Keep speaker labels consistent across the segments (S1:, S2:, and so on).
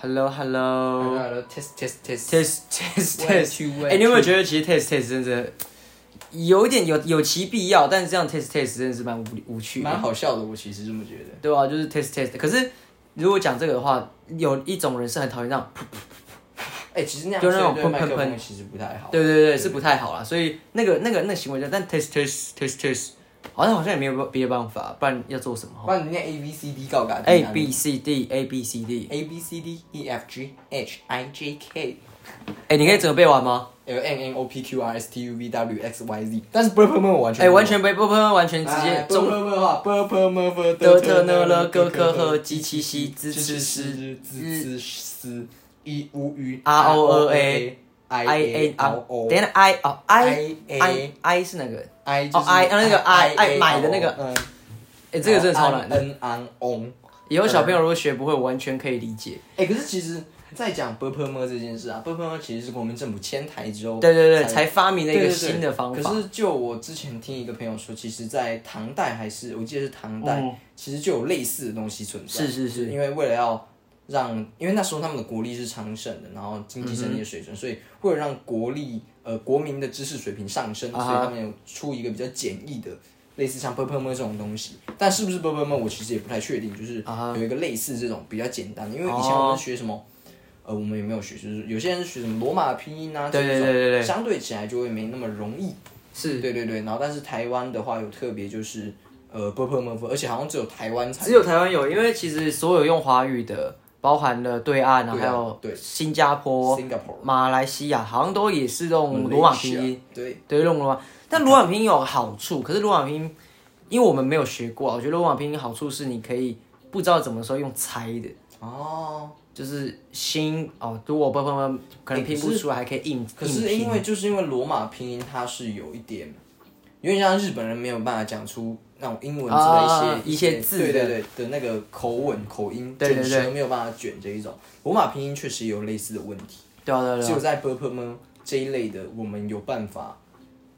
S1: Hello Hello
S2: Hello test test test
S1: Test Test
S2: 喂
S1: Test。
S2: 去
S1: 哎、
S2: 喂
S1: 你有没有
S2: 去
S1: 觉得其实 Test Test 真的有一点有有其必要，但是这样 Test Test 真的是蛮无无趣的，
S2: 蛮好笑的？我其实这么觉得。
S1: 对啊，就是 Test Test。可是如果讲这个的话，有一种人是很讨厌这样，
S2: 哎，其实那样
S1: 就那种
S2: 吹对
S1: 喷
S2: 麦克
S1: 喷
S2: 风
S1: 喷
S2: 其实不太好。
S1: 对对对，是不太好啦。所以那个那个那个行为叫，但 Test Test Test Test 好像好像也没有别的办法，不然要做什么
S2: 不然人家 A B C D 告嘎
S1: ？A B C D A B C D，
S2: A B C D E F G H I J K
S1: 哎、你可以整个背完吗？
S2: L M N O P Q R S T U V W X Y Z，但是 Burp 们我完全
S1: 哎、完全背不不不完全直接中
S2: Burp 们的话，Burp 们和
S1: 德特呢了哥科和基奇西兹兹斯
S2: 兹兹斯一乌鱼
S1: R O A
S2: I
S1: I
S2: A
S1: N
S2: R
S1: R，
S2: O
S1: 等一下 I 哦 I
S2: I
S1: I I 是哪个？
S2: I 就是
S1: 哦，I，呃那个 I-
S2: I-
S1: I 买的那个
S2: 嗯，
S1: 哎，这个真的超难的。
S2: N on on。
S1: 以后小朋友如果学不会，完全可以理解。
S2: 哎，可是其实，在讲 b u r p m 这件事啊 b u r p m 其实是国民政府迁台之后，
S1: 对对对，才发明了一
S2: 对
S1: 个
S2: 对
S1: 新的方法
S2: 可。是就我之前听一个朋友说，其实，在唐代还是我记得是唐代，
S1: 嗯
S2: 其实就有类似的东西存在。
S1: 是是是
S2: 因为为了要让，因为那时候他们的国力是昌盛的，然后经济生意的水
S1: 嗯
S2: 准，所以为了让国力呃国民的知识水平上升，
S1: 啊哈
S2: 所以他们有出一个比较简易的。类似像 p u r p l e m 这种东西，但是不是 p u r p l e m 我其实也不太确定，就是
S1: 啊哈哦
S2: 有一个类似这种比较简单的，因为以前我们学什么呃，我们也没有学，就是有些人学什么罗马拼音啊，
S1: 对对
S2: 这种
S1: 对对对
S2: 相对起来就会没那么容易。
S1: 是，
S2: 对对对，然后但是台湾的话有特别就是呃 b u r p l e m 而且好像只有台湾才
S1: 只有台湾有，因为其实所有用华语的，包含了对岸啊，
S2: 对
S1: 还
S2: 啊
S1: 有
S2: 对
S1: 新加坡、
S2: Singapore
S1: 马来西亚，好像都也是用罗马拼音。，
S2: 对，
S1: 对，用罗马。但罗马拼音有好处，可是罗马拼音，因为我们没有学过啊，我觉得罗马拼音好处是你可以不知道怎么说用猜的。
S2: 哦，
S1: 就是新哦，如果不不不，可
S2: 欸
S1: 能拼不出来，还可以硬
S2: 可
S1: 硬
S2: 是
S1: 拼
S2: 因为就是因为罗马拼音它是有一点，有点像日本人没有办法讲出那种英文之类
S1: 啊
S2: 一些、
S1: 一些字
S2: 对
S1: 的
S2: 对对的那个口吻口音
S1: 对对
S2: 卷舌没有办法卷这一种，罗马拼音确实也有类似的问题。
S1: 对啊对啊对啊
S2: 只有在 b u r p l e m 这一类的，我们有办法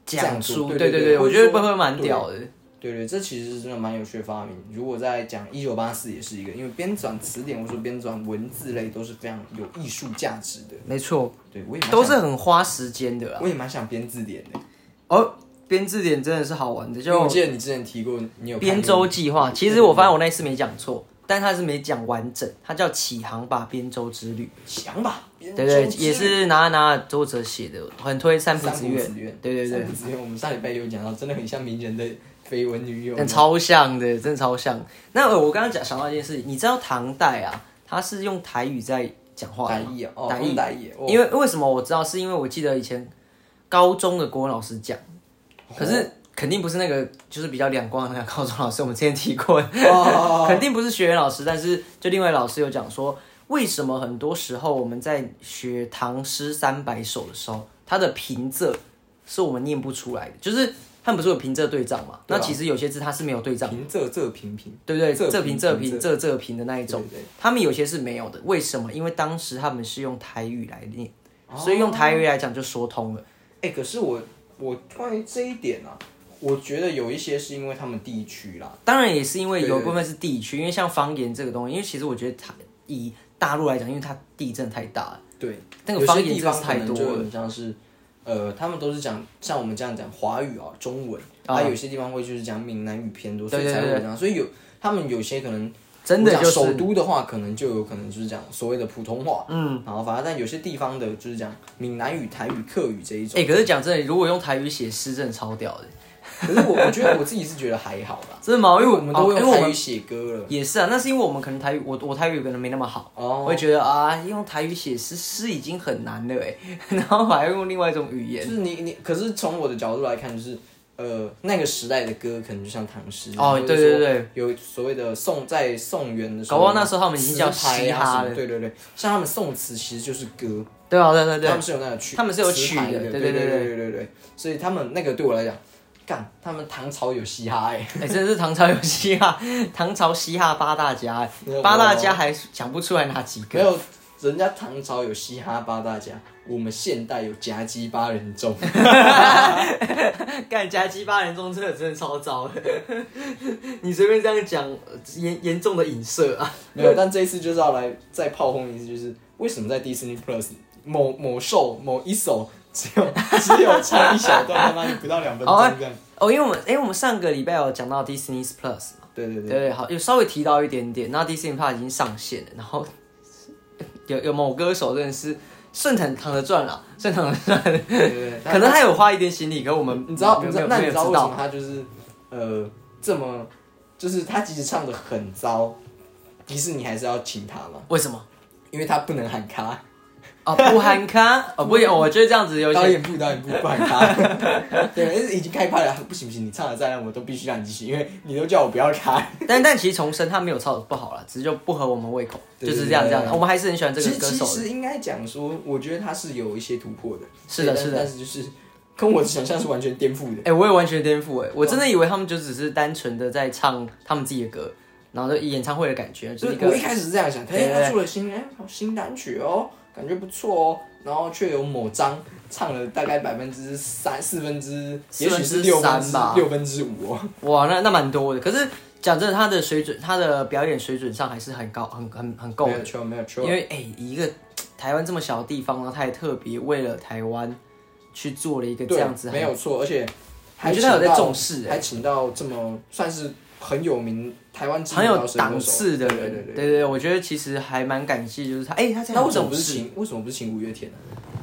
S1: 讲出，
S2: 对
S1: 对
S2: 对
S1: 对，我觉得不
S2: 或者
S1: 会
S2: 说
S1: 蛮
S2: 对
S1: 屌的，
S2: 对对，这其实是真的蛮有趣的发明。如果在讲一九八四，也是一个，因为编纂词典或者说编纂文字类都是非常有艺术价值的。
S1: 没错，
S2: 对，我也蛮啊
S1: 都
S2: 想，
S1: 是很花时间的啦。
S2: 我也蛮想编字典的。
S1: 哦，编字典真的是好玩的，
S2: 因为我
S1: 就
S2: 记得你之前提过，你有看
S1: 编
S2: 过
S1: 周计划。其实我发现我那一次没讲错，但它是没讲完整，它叫《启航吧编舟之旅》。
S2: 想吧？编
S1: 对对
S2: 周，之
S1: 也是拿拿作者写的，很推三浦
S2: 三
S1: 子
S2: 浦
S1: 苑
S2: 子苑。。
S1: 对对
S2: 三
S1: 对
S2: 浦，子苑，我们上礼拜有讲到，真的很像名人的绯闻女友。
S1: 但超像的，真的超像。那呃我刚刚讲想到一件事，你知道唐代啊，他是用台语在讲话的
S2: 歹
S1: 吗
S2: 意啊，哦，
S1: 歹
S2: 不
S1: 意
S2: 是歹 意，哦
S1: 因为为什么我知道？是因为我记得以前高中的国文老师讲，可是肯定不是那个，就是比较两光的那个高中老师，我们之前提过，
S2: 哦
S1: 肯定不是学员老师，但是就另外老师有讲说，为什么很多时候我们在学《唐诗三百首》的时候，它的平仄是我们念不出来的，就是他们不是有平仄对仗嘛？
S2: 对啊
S1: 那其实有些字它 是没有对仗的，
S2: 平仄仄平平，
S1: 对不对？
S2: 仄
S1: 仄平仄平仄仄平的那一
S2: 对
S1: 种。
S2: 对
S1: 他们有些是没有的，为什么？因为当时他们是用台语来念，
S2: 哦
S1: 所以用台语来讲就说通了。
S2: 哎、可是我我关于这一点啊，我觉得有一些是因为他们地区啦，
S1: 当然也是因为
S2: 对
S1: 有一部分是地区，因为像方言这个东西，因为其实我觉得它以大陆来讲，因为它地震太大了，
S2: 对，
S1: 那
S2: 有
S1: 个
S2: 些
S1: 方
S2: 地
S1: 言真
S2: 方
S1: 的是太多
S2: 可能就
S1: 了。
S2: 很像是，呃，他们都是讲像我们这样讲华语啊、中文，
S1: 啊
S2: 啊，有些地方会就是讲闽南语偏多，所以
S1: 对对
S2: 才会
S1: 对
S2: 有这样，所以有他们有些可能
S1: 真的
S2: 嗯我讲
S1: 就是
S2: 首都的话，可能就有可能就是讲所谓的普通话，嗯，然后反而但有些地方的就是讲闽南语、台语、客语这一种。
S1: 哎、可是讲真的，如果用台语写诗，真的超屌的，，
S2: 可是我我觉得我自己是觉得还好啦
S1: 真的吗？因为
S2: 我们都会
S1: 哦因
S2: 用
S1: 为我
S2: 台语
S1: 们
S2: 写歌了，
S1: 也是啊，那是因为我们可能台语，我我台语可能没那么好，
S2: 哦
S1: 我会觉得啊，用台语写诗诗已经很难了哎， 然后还要用另外一种语言。
S2: 就是你你，可是从我的角度来看，就是呃那个时代的歌，可能就像唐诗啊
S1: 哦对对对，
S2: 有所谓的宋在宋元的时候，
S1: 搞不好那时候他们已经叫
S2: 词牌
S1: 嘻
S2: 啊
S1: 哈
S2: 什么
S1: 了
S2: 对对对，像他们宋词其实就是歌，
S1: 对啊，对对对
S2: 他，们是有那个曲，
S1: 他们是有
S2: 词
S1: 曲
S2: 牌
S1: 的
S2: 对
S1: 对
S2: 对
S1: 对
S2: 对
S1: 对
S2: 对对对，所以他们那个对我来讲，干，他们唐朝有嘻哈 哎，
S1: 哎、真的是唐朝有 嘻哈，唐朝嘻哈八大家、哎
S2: 没有
S1: 八大家还想不出来哪几
S2: 没
S1: 个。
S2: 有人家唐朝有嘻哈八大家，我们现代有夹击八人众。
S1: 干夹鸡巴人中真的真的超糟的，你随便这样讲，呃严严重的影射啊！
S2: 没有，但这一次就是要来再炮轰一次，就是为什么在 Disney Plus 某某兽某一首只有只有唱一小段，他妈的不到两分钟这样。
S1: 哦，因为我们哎、我们上个礼拜有讲到 Disney Plus 嘛，
S2: 对对
S1: 对
S2: 对，
S1: 对，好，有稍微提到一点点。那 Disney Plus 已经上线了，然后 有有某歌手真的是顺藤躺着赚了，顺藤躺着
S2: 对
S1: 赚，
S2: 对对
S1: 可能他有花一点心力，可我们
S2: 你知道，
S1: 没
S2: 你知道，
S1: 有没有
S2: 那
S1: 没
S2: 你知
S1: 有知
S2: 道为什么
S1: 道？
S2: 他就是呃这么，就是他即使唱的很糟，迪士尼还是要请他嘛，
S1: 为什么？
S2: 因为他不能喊卡，
S1: 哦，不喊卡，哦不，我觉得这样子有
S2: 导
S1: 些
S2: 演部导演部不喊卡， 对，但是已经开拍了，不行不行，你唱的再烂我都必须让你继续，因为你都叫我不要卡。
S1: 但但其实重生他没有唱的不好了，只是就不合我们胃口，
S2: 对
S1: 就是这样
S2: 对
S1: 这
S2: 对
S1: 样的。我们还是很喜欢这
S2: 其
S1: 个
S2: 实
S1: 歌
S2: 其
S1: 手的，
S2: 实应该讲说，我觉得他是有一些突破的，
S1: 是的
S2: 对
S1: 是的
S2: 但但是就是跟我的想象是完全颠覆的。
S1: 哎、我也完全颠覆哎、我真的以为他们就只是单纯的在唱他们自己的歌，然后就演唱会的感觉，
S2: 就
S1: 就
S2: 是是
S1: 一
S2: 我
S1: 个
S2: 一开始是这样想，
S1: 对对
S2: 哎，
S1: 对
S2: 他出了新哎新单曲哦，感觉不错哦，然后却有某张唱了大概百分之三四分之，
S1: 四
S2: 也
S1: 分
S2: 许
S1: 之
S2: 是六
S1: 三
S2: 分之
S1: 吧
S2: 六分之五哦。
S1: 哇，那那蛮多的。可是讲真的，他的水准，他的表演水准上还是很高，很很很够
S2: 没
S1: 的
S2: 有。错，没有错
S1: 因。为哎、一个台湾这么小的地方，然后他也特别为了台湾去做了一个这
S2: 对
S1: 样子，
S2: 没有错，而且还
S1: 我觉得他有在
S2: 请到
S1: 重视哎
S2: 还请到这么算是很有名台湾知
S1: 很
S2: 名
S1: 有
S2: 饶舌
S1: 档
S2: 歌手
S1: 次的
S2: 对对
S1: 人。
S2: 对
S1: 对对，我觉得其实还蛮感谢，就是他，哎、他这
S2: 那
S1: 样
S2: 为什么
S1: 重
S2: 不是
S1: 视。
S2: 请为什么不是请五月天呢、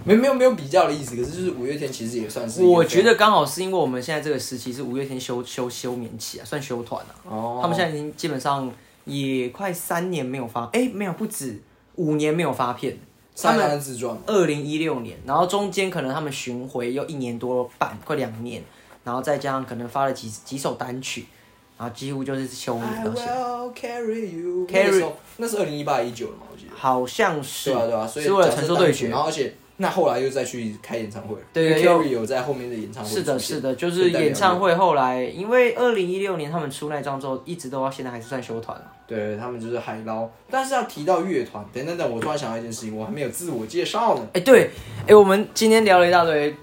S2: 没没有没有比较的意思，可是就是五月天其实也算是一个非常。
S1: 我觉得刚好是因为我们现在这个时期是五月天休休休眠期啊，算休团啊。
S2: 哦，
S1: 他们现在已经基本上也快三年没有发，哎、没有不止五年没有发片，
S2: 他们的自传
S1: 二零一六年，然后中间可能他们巡回又一年多半，快两年，然后再加上可能发了几几首单曲，然后几乎就是休眠
S2: I
S1: 到现在，
S2: will carry you
S1: Carry
S2: 那个时候那是二零一八一九了嘛，我记得。
S1: 好像是
S2: 对啊对啊，所以
S1: 是为了
S2: 假设
S1: 传说
S2: 当
S1: 对
S2: 时
S1: 决
S2: 然，后而且那后来又再去开演唱会了，
S1: 对对
S2: 因为，Carry 有在后面的演唱会
S1: 是的，
S2: 出现
S1: 是的，就
S2: 所
S1: 是
S2: 以代表
S1: 演唱会后来，因为二零一六年他们出那张之后，一直都到现在还是算休团啊。。
S2: 对他们就是海捞，但是要提到乐团，等等等，我突然想到一件事情，我还没有自我介绍呢
S1: 哎、对，哎、我们今天聊了一大堆，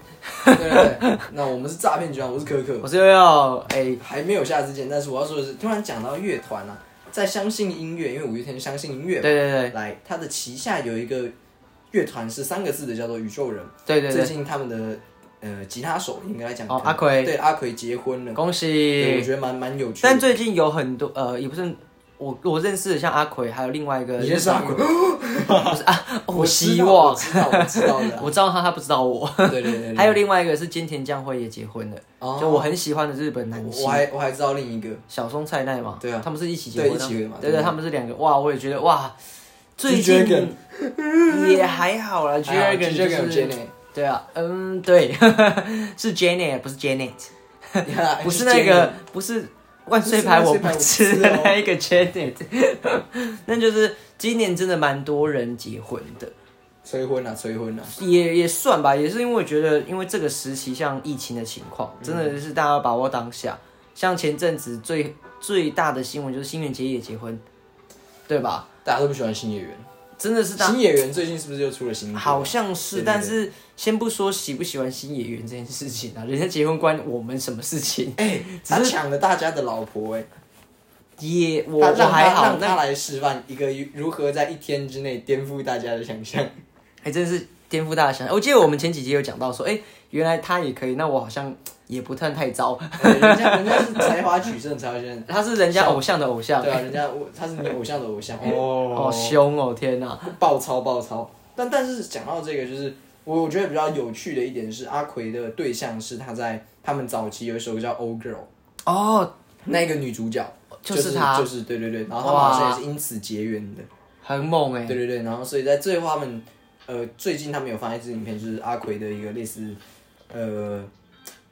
S2: 对对对，那我们是诈骗集团，我是可可，
S1: 我是悠悠，哎、
S2: 还没有下之前，但是我要说的是，突然讲到乐团啊，在相信音乐，因为五月天相信音乐
S1: 对
S2: 嘛，
S1: 对对
S2: 来，他的旗下有一个乐团是三个字的，叫做宇宙人。
S1: 对对
S2: 最
S1: 对，
S2: 近他们的呃吉他手应该来讲可
S1: 哦
S2: 能
S1: 阿奎
S2: 对阿奎结婚了，
S1: 恭
S2: 对我
S1: 喜！
S2: 觉得蛮蛮有趣的。
S1: 但最近有很多呃，也不是我我认识的，像阿奎，还有另外一个
S2: 你认识阿奎？
S1: 哦
S2: 我知
S1: 希
S2: 道我
S1: 望
S2: 知道，我知道的。
S1: 我知道他，他不知道 我。
S2: 对对对对，
S1: 还有另外一个是菅田将晖也结婚了，
S2: 哦
S1: 就我很喜欢的日本男
S2: 我
S1: 星
S2: 还我还知道另一个，
S1: 小松菜奈嘛，
S2: 对啊
S1: 他们是一起结婚的，
S2: 对一起的嘛
S1: 对
S2: 对
S1: 对，他们是两个，哇，我也觉得哇，最
S2: G-Dragon
S1: 近也还好啦 j a g o
S2: 这个
S1: 就
S2: 有
S1: 是
S2: Jenny，
S1: 对啊，嗯，对， 是 Janet 不是 Janet，不啊是那
S2: Jenny
S1: 个不是万岁牌我不吃哦的那一个 Janet，那 就是今年真的蛮多人结婚的。
S2: 催婚啊，催婚啊。
S1: 也也算吧，也是因为我觉得，因为这个时期像疫情的情况，真的是大家要把握当下。像前阵子最最大的新闻就是新垣结衣也结婚，对吧？
S2: 大家都不喜欢新演员，
S1: 啊真的是大，
S2: 新演员最近是不是又出了新歌？
S1: 好像是，
S2: 对对对
S1: 但是先不说喜不喜欢新演员这件事情啊，人家结婚关我们什么事情？
S2: 哎， 他抢了大家的老婆哎，
S1: 也我
S2: 他
S1: 我
S2: 让他
S1: 还好
S2: 让，他
S1: 那
S2: 来示范一个如何在一天之内颠覆大家的想 象。
S1: 还哎真是颠覆大家想象。我记得我们前几集有讲到说，哎、原来他也可以，那我好像也不算太糟。
S2: 哎人家人家是才华取胜，才华取胜。
S1: 他是人家偶像的偶像，
S2: 对啊，人家我他是你偶像的偶像
S1: 好凶哦，天哪！
S2: 爆抄爆抄。但但是讲到这个，就是我我觉得比较有趣的一点是，阿奎的对象是他在他们早期有一首歌叫《Old Girl》，
S1: 哦，
S2: 那个女主角
S1: 就
S2: 是
S1: 是她
S2: 就是对对对，然后他们好像也是因此结缘的，
S1: 很猛哎、
S2: 对对对，然后所以在最后他们呃最近他们有发一支影片，就是阿奎的一个类似呃。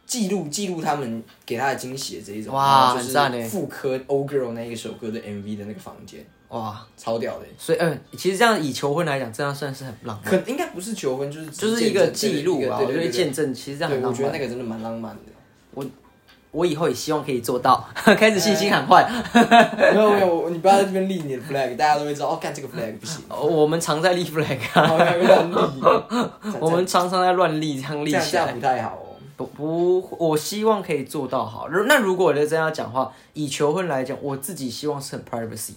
S2: 记录记录他们给他的惊喜的这一种，
S1: 哇
S2: 然后就
S1: 很赞
S2: 是
S1: 欸
S2: 复刻《Old Girl》那一首歌的 MV 的那个房间，
S1: 哇！
S2: 超屌的欸。
S1: 所以，嗯、其实这样以求婚来讲，这样算是很浪漫，
S2: 可应该不是求婚，就是
S1: 就是
S2: 见
S1: 一个
S2: 证对
S1: 记录
S2: 一个
S1: 啊，
S2: 对
S1: 我
S2: 对
S1: 觉
S2: 对对
S1: 得见证，其实这样
S2: 对，
S1: 很
S2: 我
S1: 浪
S2: 觉得
S1: 漫。
S2: 那个真的蛮浪漫的。
S1: 我以后也希望可以做到。 开始信心
S2: 哎
S1: 喊话，
S2: 没有没有，我你不要在这边立你的 flag，大家都会知道哦，干这个 flag 不行，
S1: 哦我们常在立 flag
S2: 然后要
S1: 啊，
S2: 乱立，这样
S1: 我们常常在乱立，这样立
S2: 这样
S1: 起
S2: 这
S1: 来
S2: 样。不太好哦。
S1: 不不，我希望可以做到好。如那如果我真要讲话，以求婚来讲，我自己希望是很 privacy 的。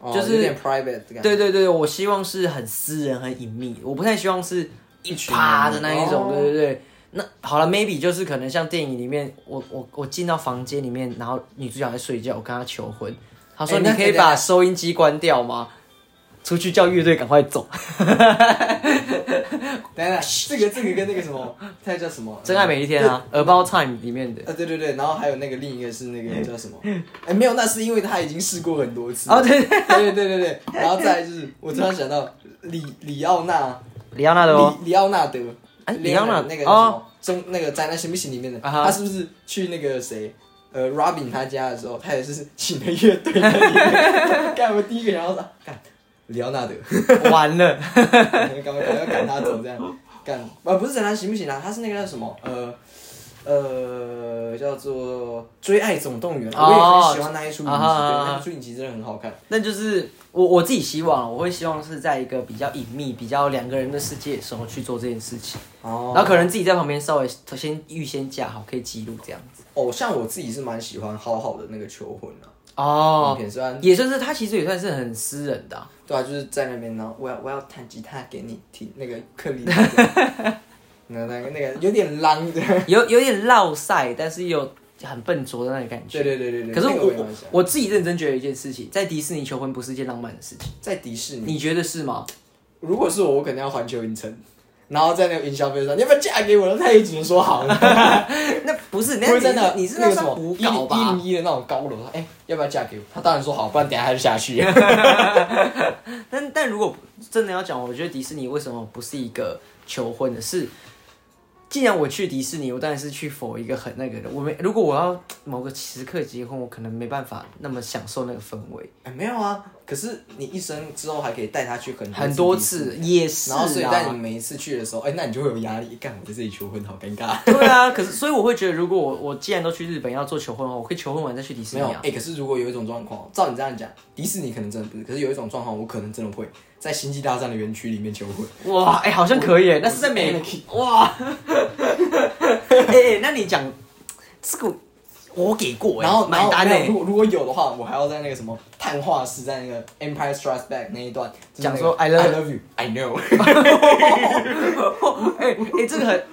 S2: 哦
S1: 就是
S2: 有点 private 的感觉，
S1: 对对对，我希望是很私人、很隐秘，我不太希望是一
S2: 群
S1: 趴的
S2: 人
S1: 那一种。
S2: 哦
S1: 对对对。那好了，maybe 就是可能像电影里面，我我我进到房间里面，然后女主角在睡觉，我跟她求婚，她说、
S2: 哎
S1: 你
S2: 那
S1: 可以
S2: 等等
S1: 把收音机关掉吗？出去叫乐队赶快走。
S2: 等等，这个这个跟那个什么，它叫什么？
S1: 真爱每一天啊，About Time 里面的。
S2: 啊，对对对，然后还有那个另一个是那个叫什么？哎，没有，那是因为他已经试过很多次。
S1: 哦，对，
S2: 对对对对对，然后再来就是，我突然想到里里奥纳，
S1: 里奥纳 多。
S2: 里里奥纳德，
S1: 呃哎里奥纳
S2: Leonard，那个叫什
S1: 哦
S2: 么？中那个《宅男行不行》里面的，
S1: 啊哈
S2: 他是不是去那个谁？呃，Robin 他家的时候，他也是请了乐队在里 面。干，我第一个想到是，啊干，里奥纳德，
S1: 完了，
S2: 赶快赶快赶快赶他走，这样干啊，不是宅男行不行啊？他是那个叫什么呃呃叫做《追爱总动员》，我也很喜欢那一出影集，
S1: 哦啊
S2: 对，那一出影集真的很好看。
S1: 那就是我我自己希望，我会希望是在一个比较隐秘、比较两个人的世界的时候去做这件事情，
S2: 哦
S1: 然后可能自己在旁边稍微先预先架好，可以记录这样子。
S2: 哦，像我自己是蛮喜欢好好的那个求婚啊，影
S1: 哦，
S2: 片虽然
S1: 也就是他其实也算是很私人的啊、
S2: 对啊，就是在那边，然后我要我要弹吉他给你听，那个克里，那那个那个有点浪 的，
S1: 有有点落塞，但是又很笨拙的那种感觉。
S2: 对对对对对。
S1: 可是
S2: 那个
S1: 我
S2: 也
S1: 我
S2: 蛮喜欢
S1: 我自己认真觉得一件事情，在迪士尼求婚不是一件浪漫的事情，
S2: 在迪士尼，
S1: 你觉得 是吗？
S2: 如果是我，我可能要环球影城，然后在那个云霄飞车上，你要不要嫁给我？他也只能说好了。
S1: 那不是，那
S2: 不会在那，
S1: 你你是
S2: 那
S1: 那
S2: 个什
S1: 算
S2: 么
S1: 胡搞吧？
S2: 一零一的那种高楼，哎、要不要嫁给我？他当然说好，不然等一下他就下 去。
S1: 但但如果真的要讲，我觉得迪士尼为什么不是一个求婚的？是，既然我去迪士尼，我当然是去否一个很那个的。我没如果我要某个时刻结婚，我可能没办法那么享受那个氛围。
S2: 哎没有啊，可是你一生之后还可以带他去很
S1: 很
S2: 多
S1: 多
S2: 地方，
S1: 次也是
S2: 然后所以在你
S1: 啊，
S2: 每一次去的时候，哎、那你就会有压力，干我在这里求婚好尴尬。
S1: 对啊。 可是所以我会觉得，如果我我既然都去日本要做求婚的话，我可以求婚完再去迪士
S2: 没
S1: 尼
S2: 有，哎
S1: 啊、。
S2: 可是如果有一种状况，照你这样讲，迪士尼可能真的不是，可是有一种状况，我可能真的会在星际大战的园区里面求 婚。
S1: 哇，哎、好像可以耶，那是在美哇。哎、哎那你讲这个 我给过哎，
S2: 然后，然
S1: 买
S2: 后
S1: 单
S2: 没有
S1: 哎
S2: 如，果如果有的话，我还要在那个什么碳化室，在那个 Empire Strikes Back 那一段就是
S1: 讲
S2: 那
S1: 说
S2: 个
S1: I love
S2: I love you I know。
S1: 哎、哎、这个很，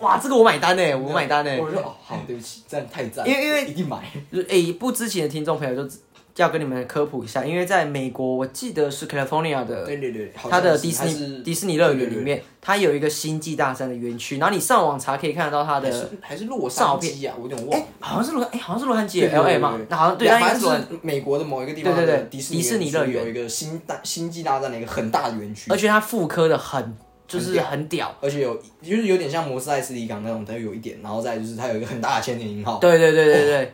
S1: 哇，这个我买单哎，我 买单哎。
S2: 我就说哦，好，对不起，这样太赞了，
S1: 因为因为
S2: 一定买。
S1: 哎、不知情的听众朋友就知要跟你们科普一下，因为在美国，我记得是 California 的。
S2: 对对，好像
S1: 它的
S2: 是
S1: 迪士
S2: 还是
S1: 尼迪士尼乐园里
S2: 对对
S1: 面，它有一个星际大战的园区，然后你上网查可以看得到它
S2: 对还
S1: 的，
S2: 是还是洛杉矶啊，我有点忘
S1: 哎
S2: 了。，
S1: 好像是洛，哎，好像是洛杉矶
S2: 对对
S1: ，L
S2: 对
S1: A
S2: 对
S1: 嘛
S2: 对，
S1: 那好像对，那应该
S2: 反
S1: 是洛
S2: 正
S1: 杉
S2: 就是美国的某一个地方
S1: 对对对
S2: 的迪士
S1: 迪士尼
S2: 尼
S1: 乐
S2: 园区
S1: 园
S2: 有一个星大星际大战的一个很大的园区，
S1: 而且它复刻的很，就是很屌，
S2: 而且有就是有点像摩斯爱斯里港那种，它有一点，然后再就是它有一个很大的千年银号。
S1: 对对对对对对，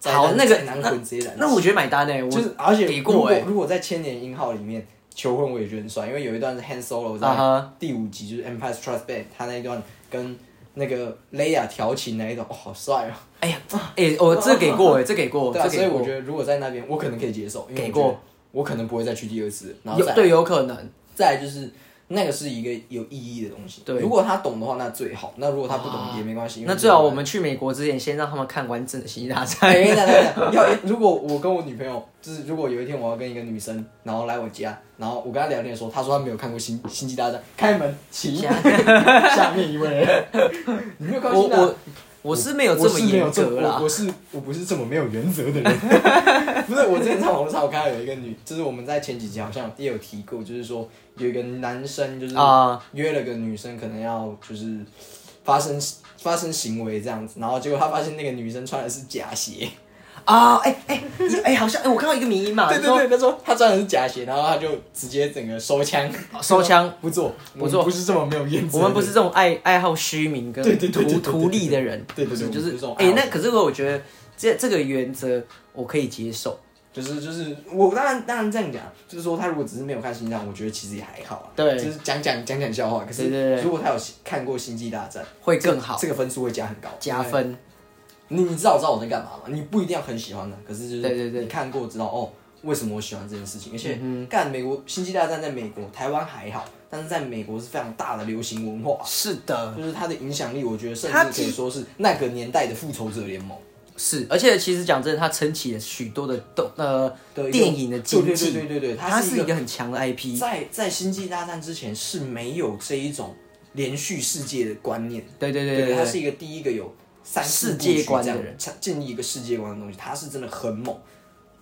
S2: 宅
S1: 好，
S2: 男
S1: 那个
S2: 宅男
S1: 那
S2: 魂直接燃
S1: 那我觉得买单哎，我
S2: 就是而且
S1: 给
S2: 如果
S1: 过哎，
S2: 如果在千年鹰号里面求婚，我也觉得很帅，因为有一段是 Han Solo
S1: 啊
S2: 在
S1: 哈
S2: 第五集就是 Empire Strikes Back，他那一段跟那个 Leia 调情那一段，哦，好帅哦！
S1: 哎呀，哎，我这给过哎，这给过，
S2: 对啊，
S1: 这
S2: 所以
S1: 给
S2: 我
S1: 过，
S2: 觉得如果在那边，我可能可以接受，因为
S1: 给
S2: 我
S1: 过
S2: 觉得我可能不会再去第二次，然后
S1: 有
S2: 再
S1: 对有可能，
S2: 再来就是。那个是一个有意义的东西，
S1: 对
S2: 如果他懂的话，那最好；那如果他不懂也没关系。因为
S1: 啊那最好我们去美国之前，先让他们看完整的《星际大 战》
S2: 哎，等等等，要如果我跟我女朋友，就是如果有一天我要跟一个女生，然后来我家，然后我跟她聊天的时候，她说她没有看过星《星际大战》，开门，请 下面一位人，你没有看
S1: 我
S2: 过星际大战
S1: 我我是没有这
S2: 我
S1: 么
S2: 是没有
S1: 严
S2: 这
S1: 格
S2: 么
S1: 啊啦
S2: 我我，是我不是这么没有原则的人。 不是，我之前在网络上我看到有一个女，就是我们在前几集好像也有提过，就是说有一个男生就是
S1: 啊
S2: 约了个女生，可能要就是发生发生行为这样子，然后结果他发现那个女生穿的是假鞋。
S1: 啊，哎哎哎，好像哎，我看到一个迷因嘛，
S2: 对
S1: 说哦
S2: 对对，他说他穿的是假鞋，然后他就直接整个收枪，
S1: 收枪，
S2: 不做
S1: 不做
S2: 我们不是这么没有原则，
S1: 我们不是这种爱爱好虚名跟
S2: 对对对对
S1: 图
S2: 对对
S1: 图利的人，
S2: 对
S1: 不
S2: 对
S1: 是
S2: 对
S1: 就
S2: 我们不
S1: 是
S2: 是这种爱
S1: 哎，
S2: 好
S1: 那可是我觉得这这个原则我可以接受，
S2: 就是就是我当然当然这样讲，就是说他如果只是没有看《星际大战》，我觉得其实也还好啊，
S1: 对
S2: 就是讲讲讲讲笑话。可
S1: 对对
S2: 是
S1: 对
S2: 如果他有看过《星际大战》，
S1: 会更好
S2: 这个分数会加很高，
S1: 加分。
S2: 你你至少知道我在干嘛嘛，你不一定要很喜欢的，可是就是
S1: 对对对嗯
S2: 你看过知道哦，为什么我喜欢这件事情，而且干、美国《星际大战》在美国、台湾还好，但是在美国是非常大的流行文化，
S1: 是的，
S2: 就是它的影响力，我觉得甚
S1: 它
S2: 至可以说是那个年代的复仇者联盟。
S1: 是，而且其实讲真的，它撑起了许多的动呃
S2: 的一个
S1: 电影的经
S2: 对对
S1: 济，
S2: 对对对对它
S1: 它
S2: 是一
S1: 是一
S2: 个
S1: 个很强的 IP，
S2: 在在《星际大战》之前是没有这一种连续世界的观念，
S1: 对对对对对
S2: 他是一个第一个有三四
S1: 世界观的
S2: 部曲这样建立一个世界观的东西，他是真的很猛。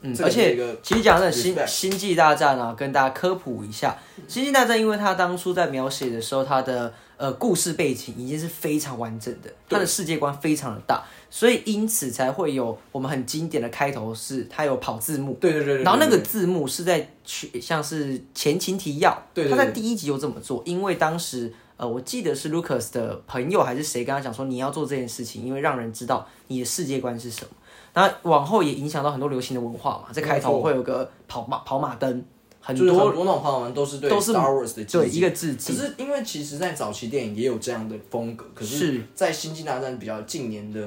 S1: 嗯，
S2: 这个
S1: 而
S2: 是一
S1: 且
S2: 个
S1: 其实讲真的星
S2: respect
S1: 星际大战啊，跟大家科普一下，星际大战，因为它当初在描写的时候，它的呃故事背景已经是非常完整的，它的世界观非常的大，所以因此才会有我们很经典的开头是它有跑字幕，
S2: 对对对对，
S1: 然后那个字幕是在去像是前情提要，
S2: 对对
S1: 他在第一集就这么做，因为当时呃，我记得是 Lucas 的朋友还是谁跟他讲说你要做这件事情，因为让人知道你的世界观是什么。那往后也影响到很多流行的文化嘛，在开头会有个跑马跑马灯，很
S2: 就是
S1: 多
S2: 很多那种朋友们都是对
S1: 都是
S2: Star Wars 的
S1: 对
S2: 致
S1: 一
S2: 敬。
S1: 个致
S2: 可
S1: 敬，
S2: 是因为其实，在早期电影也有这样的风格，可
S1: 是
S2: 是，在《星际大战》比较近年的，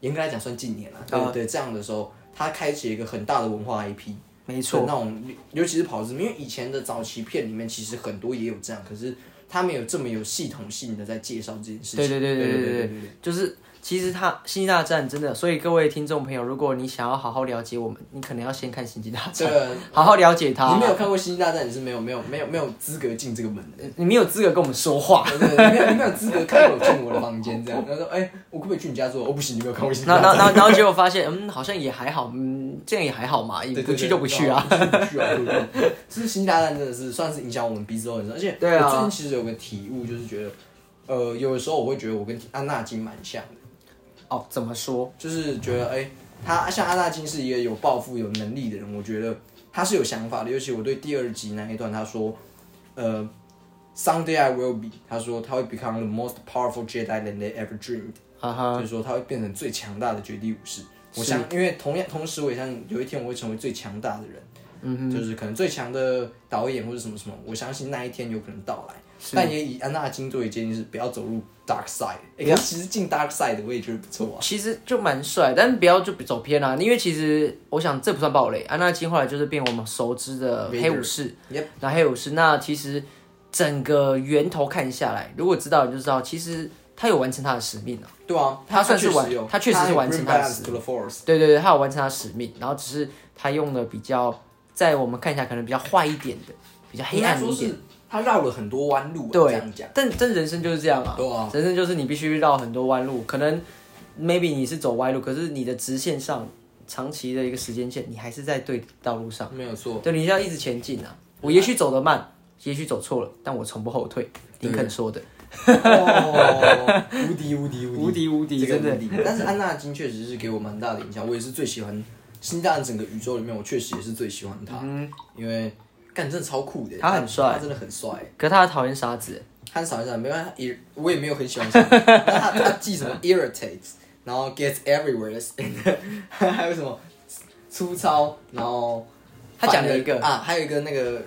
S2: 严格来讲算近年了、
S1: 啊
S2: 对对，这样的时候，它开启了一个很大的文化 IP。
S1: 没错，，
S2: 那种尤其是跑字幕，因为以前的早期片里面其实很多也有这样，可是他没有这么有系统性的在介绍这件事情。
S1: 对对对对
S2: 对
S1: 对
S2: 对
S1: 对对，就是其实它《星际大战》真的，所以各位听众朋友，如果你想要好好了解我们，你可能要先看《星际大
S2: 这
S1: 战》，
S2: 个
S1: 好好了解它
S2: 你。没有看过《星际大战》，你是没有没有没有没有资格进这个门的。
S1: 你没有资格跟我们说话。
S2: 对对对你没有你没有资格开口进我的房间这样。然后说，哎、我可不可以去你家做？哦，不行，你没有看 过《星际
S1: 然
S2: 大
S1: 后，
S2: 战
S1: 然后，然 后，然后结果发现，嗯，好像也还好，嗯，这样也还好嘛，也》。不去就不去啊。
S2: 对，对对不去啊，对 不去。就是《星际大战》真的是算是影响我们彼此都很深，而且
S1: 对啊
S2: 我最近其实有个体悟，就是觉得，呃，有的时候我会觉得我跟安娜金蛮像的。
S1: 哦，怎么说？
S2: 就是觉得哎、他像阿纳金是一个有抱负、有能力的人，我觉得他是有想法的。尤其我对第二集那一段，他说，呃，someday I will be，他说他会 become the most powerful Jedi than they ever dreamed，、
S1: 哈啊哈，
S2: 就是说他会变成最强大的绝地武士。我相，因为同样，同时我也相信有一天我会成为最强大的人，嗯，就是可能最强的导演或者什么什么，我相信那一天有可能到来。但也以安纳金作为建议是不要走入 dark side，哎、可是其实进 dark side 的我也觉得不错啊。
S1: 其实就蛮帅，但是不要就走偏了、因为其实我想这不算暴雷。啊安纳金后来就是变我们熟知的
S2: Vader
S1: 黑武士，那黑武士，那其实整个源头看下来，如果知道你就知道，其实他有完成他的使命啊。
S2: 对啊，
S1: 他算是
S2: 确实
S1: 完
S2: 有
S1: 他确实是完成他
S2: 他
S1: 的
S2: bring balance to the force。
S1: 对对对，他有完成他的使命，然后只是他用的比较，在我们看起来可能比较坏一点的，比较黑暗一
S2: 应该说
S1: 点。
S2: 是他绕了很多弯路啊。
S1: 对
S2: 这样讲，
S1: 但但人生就是这样啊，
S2: 对啊
S1: 人生就是你必须绕很多弯路，可能 maybe 你是走歪路，可是你的直线上长期的一个时间线，你还是啊在对的道路上，
S2: 没有错。
S1: 对，你要一直前进啊。我也许走得慢，也许走错了，但我从不后退。林肯说的，
S2: 哦，无敌无敌
S1: 无敌无敌
S2: 这个
S1: 真的
S2: 无敌。但是安纳金确实是给我蛮大的影响，我也是最喜欢《星际大战》整个宇宙里面，我确实也是最喜欢他，因为干真的超酷的，
S1: 他嗯很帅
S2: 他真的很帅。
S1: 可是他讨厌傻子，
S2: 他少一下，没关系，也我也没有很喜欢他。但他他记什么 irritates，然后 gets everywhere，还 有什么粗糙，然后
S1: 他讲了一个
S2: 反而啊，还有一个那个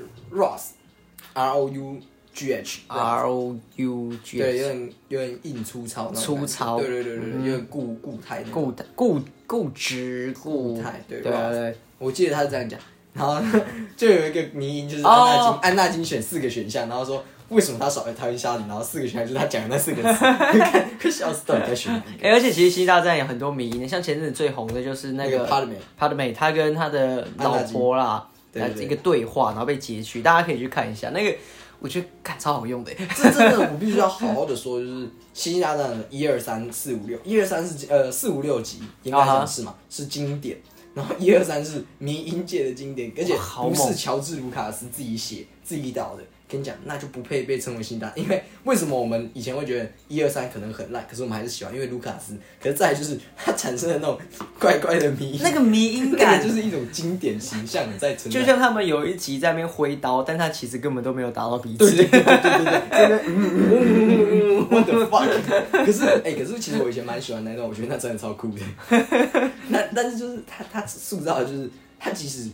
S2: Ross，R O U G H，
S1: R O U G
S2: 啊对，有点有点硬粗糙那种感觉，
S1: 粗糙嗯
S2: 对对对对，对有点固固态那种
S1: 固固固执固
S2: 固态，对
S1: 对
S2: Ross
S1: 对，
S2: 我记得他是这样讲，然后 就有一个迷因，就是安纳金
S1: 哦
S2: 安纳金选四个选项，然后说为什么他少了他一沙子，然后四个选项就是他讲的那四个字， 看快笑死，到底在选哪一个？
S1: 哎，而且其实《星际大战》有很多迷因，像前阵子最红的就是那
S2: 那
S1: 个
S2: 个 Padme，
S1: 他的妹，他跟他的老婆啦，
S2: 安娜金对对对
S1: 一个对话，然后被截取，大家可以去看一下。那个我觉得看超好用的，
S2: 这真的我必须要好好的说，就是《星际大战》的一二三四五六，一二三是呃四五六集，应该
S1: 啊哈
S2: 讲是嘛，是经典。然后一二三是迷音界的经典，而且
S1: 哇好
S2: 不
S1: 猛
S2: 是乔治卢卡斯自己写自己导的。跟你讲，那就不配被称为新大，因为为什么我们以前会觉得一二三可能很烂，可是我们还是喜欢，因为卢卡斯。可是再来就是他产生的那种怪怪的迷音，
S1: 那个迷音
S2: 那
S1: 感
S2: 个就是一种经典形象的在存在。
S1: 就像他们有一集在那边挥刀，但他其实根本都没有打到彼
S2: 对对对对对对对
S1: 此。
S2: 对，What the fuck？可是哎、可是其实我以前蛮喜欢那段，我觉得那真的超酷的。那但是就是他他塑造的就是他其实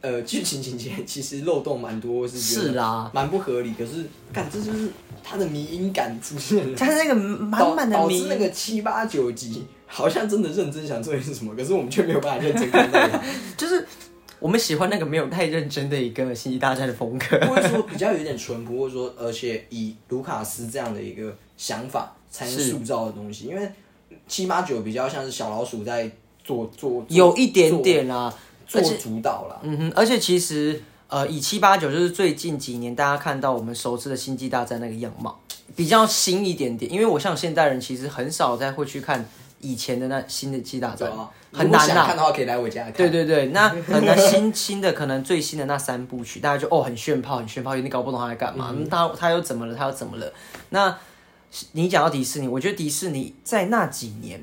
S2: 呃剧情情节其实漏洞蛮多，我是觉得
S1: 是啊
S2: 蛮不合理。可是看这就是他的迷音感出现了，
S1: 他那个满满的
S2: 导
S1: 迷
S2: 致那
S1: 音，
S2: 个七八九集好像真的认真想做一些什么，可是我们却没有办法认真看待它。
S1: 就是我们喜欢那个没有太认真的一个星际大战的风格。
S2: 或者说比较有点淳朴，或者说而且以卢卡斯这样的一个想法才能塑造的东西，因为七八九比较像是小老鼠在做做
S1: 有一点点啊啦、
S2: 做做主导啦。
S1: 嗯哼，而且其实呃，以七八九就是最近几年大家看到我们熟知的《星际大战》那个样貌，比较新一点点。因为我像现代人其实很少再会去看以前的那新的《七大
S2: 对
S1: 战》
S2: 啊，
S1: 很
S2: 如果
S1: 难
S2: 想
S1: 呐、
S2: 看的话可以来我家看。
S1: 对对对，那很多新新的可能最新的那三部曲，大家就哦很炫炮，很炫炮，有点搞不懂他在干嘛，嗯、他他又怎么了，他又怎么了？那你讲到迪士尼，我觉得迪士尼在那几年，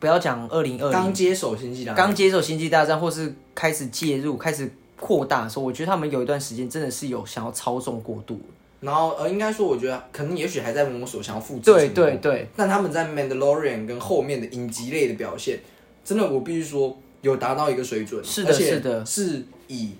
S1: 不要讲二零二零
S2: 刚接手星际大战，
S1: 刚接手《星际大战》或是开始介入、开始扩大的时候，我觉得他们有一段时间真的是有想要操纵过度。
S2: 然后呃，应该说我觉得可能也许还在摸索，想要复制
S1: 对
S2: 什么
S1: 对对，
S2: 但他们在《Mandalorian》跟后面的影集类的表现，真的我必须说有达到一个水准，
S1: 是的
S2: 而且
S1: 是的
S2: 是以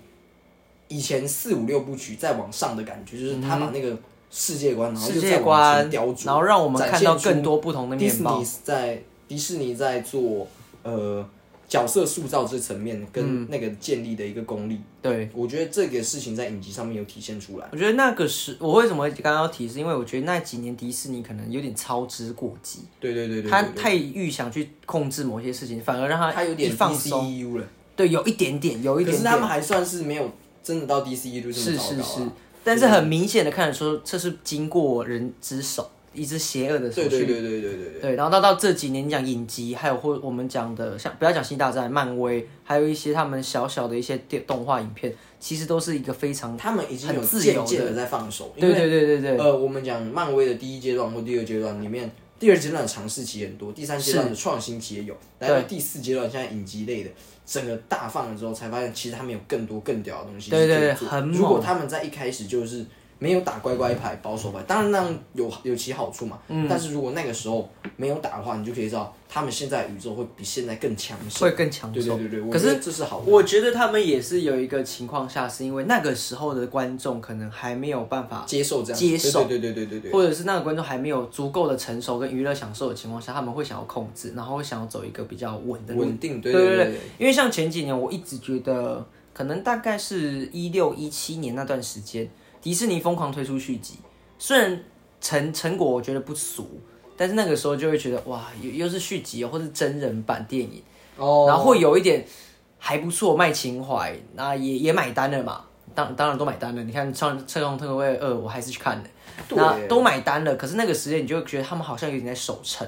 S2: 以前四五六部曲再往上的感觉，就是他把那个世界观，然后
S1: 嗯世
S2: 又
S1: 界
S2: 再往
S1: 观
S2: 前雕琢，，
S1: 然后让我们
S2: 展
S1: 看
S2: 现
S1: 到
S2: 出
S1: 更多不同的面貌。
S2: Disney 在迪士尼在做呃角色塑造这层面跟那个建立的一个功力，
S1: 嗯对，
S2: 我觉得这个事情在影集上面有体现出来。
S1: 我觉得那个是我为什么刚刚要提，是因为我觉得那几年迪士尼可能有点操之过急，
S2: 对对对对，
S1: 他
S2: 对对
S1: 太预想去控制某些事情，反而让他
S2: 他有
S1: 一
S2: 点
S1: 放松。
S2: DCU 了，
S1: 对，有一点点，有一
S2: 可
S1: 点
S2: 是
S1: 点
S2: 他，们还算是没有真的到 DCU 这
S1: 是
S2: 么糟
S1: 是
S2: 糕啊
S1: 是，但是很明显的看得出这是经过人之手，一只邪恶的手
S2: 对对
S1: 去
S2: 对对对对对，
S1: 对，然后到到这几年你讲影集，还有或我们讲的像不要讲《星际大战》、漫威，还有一些他们小小的一些电动画影片，其实都是一个非常
S2: 他们已经有
S1: 很自由
S2: 渐渐
S1: 的
S2: 的在放手，因
S1: 对
S2: 为
S1: 对对对对
S2: 呃，我们讲漫威的第一阶段或第二阶段里面，第二阶段的尝试期很多，第三阶段的创新期也有，来到第四阶段现在影集类的整个大放了之后，才发现其实他们有更多更屌的东西是可
S1: 对
S2: 以做。
S1: 对对很猛
S2: 如果他们在一开始就是没有打乖乖牌、保守牌，当然那样有有其好处嘛。嗯。但是如果那个时候没有打的话，你就可以知道他们现在的宇宙会比现在更强盛。
S1: 会更强
S2: 对对
S1: 手。
S2: 对对，我
S1: 可
S2: 觉
S1: 是
S2: 得这是好的。
S1: 我觉得他们也是有一个情况下，是因为那个时候的观众可能还没有办法，
S2: 接受这样
S1: 接受
S2: 对对对对对对对，
S1: 或者是那个观众还没有足够的成熟跟娱乐享受的情况下，他们会想要控制，然后会想要走一个比较稳的路
S2: 稳定，对
S1: 对
S2: 对
S1: 对，因为像前几年，我一直觉得可能大概是一六一七年那段时间，迪士尼疯狂推出续集，虽然成成果我觉得不俗，但是那个时候就会觉得哇，又又是续集哦，或是真人版电影，
S2: 哦，
S1: 然后会有一点还不错卖情怀，那也也买单了嘛。当当然都买单了，你看《上《特工特工队二》，我还是去看的，
S2: 对
S1: 那都买单了。可是那个时间，你就会觉得他们好像有点在守城，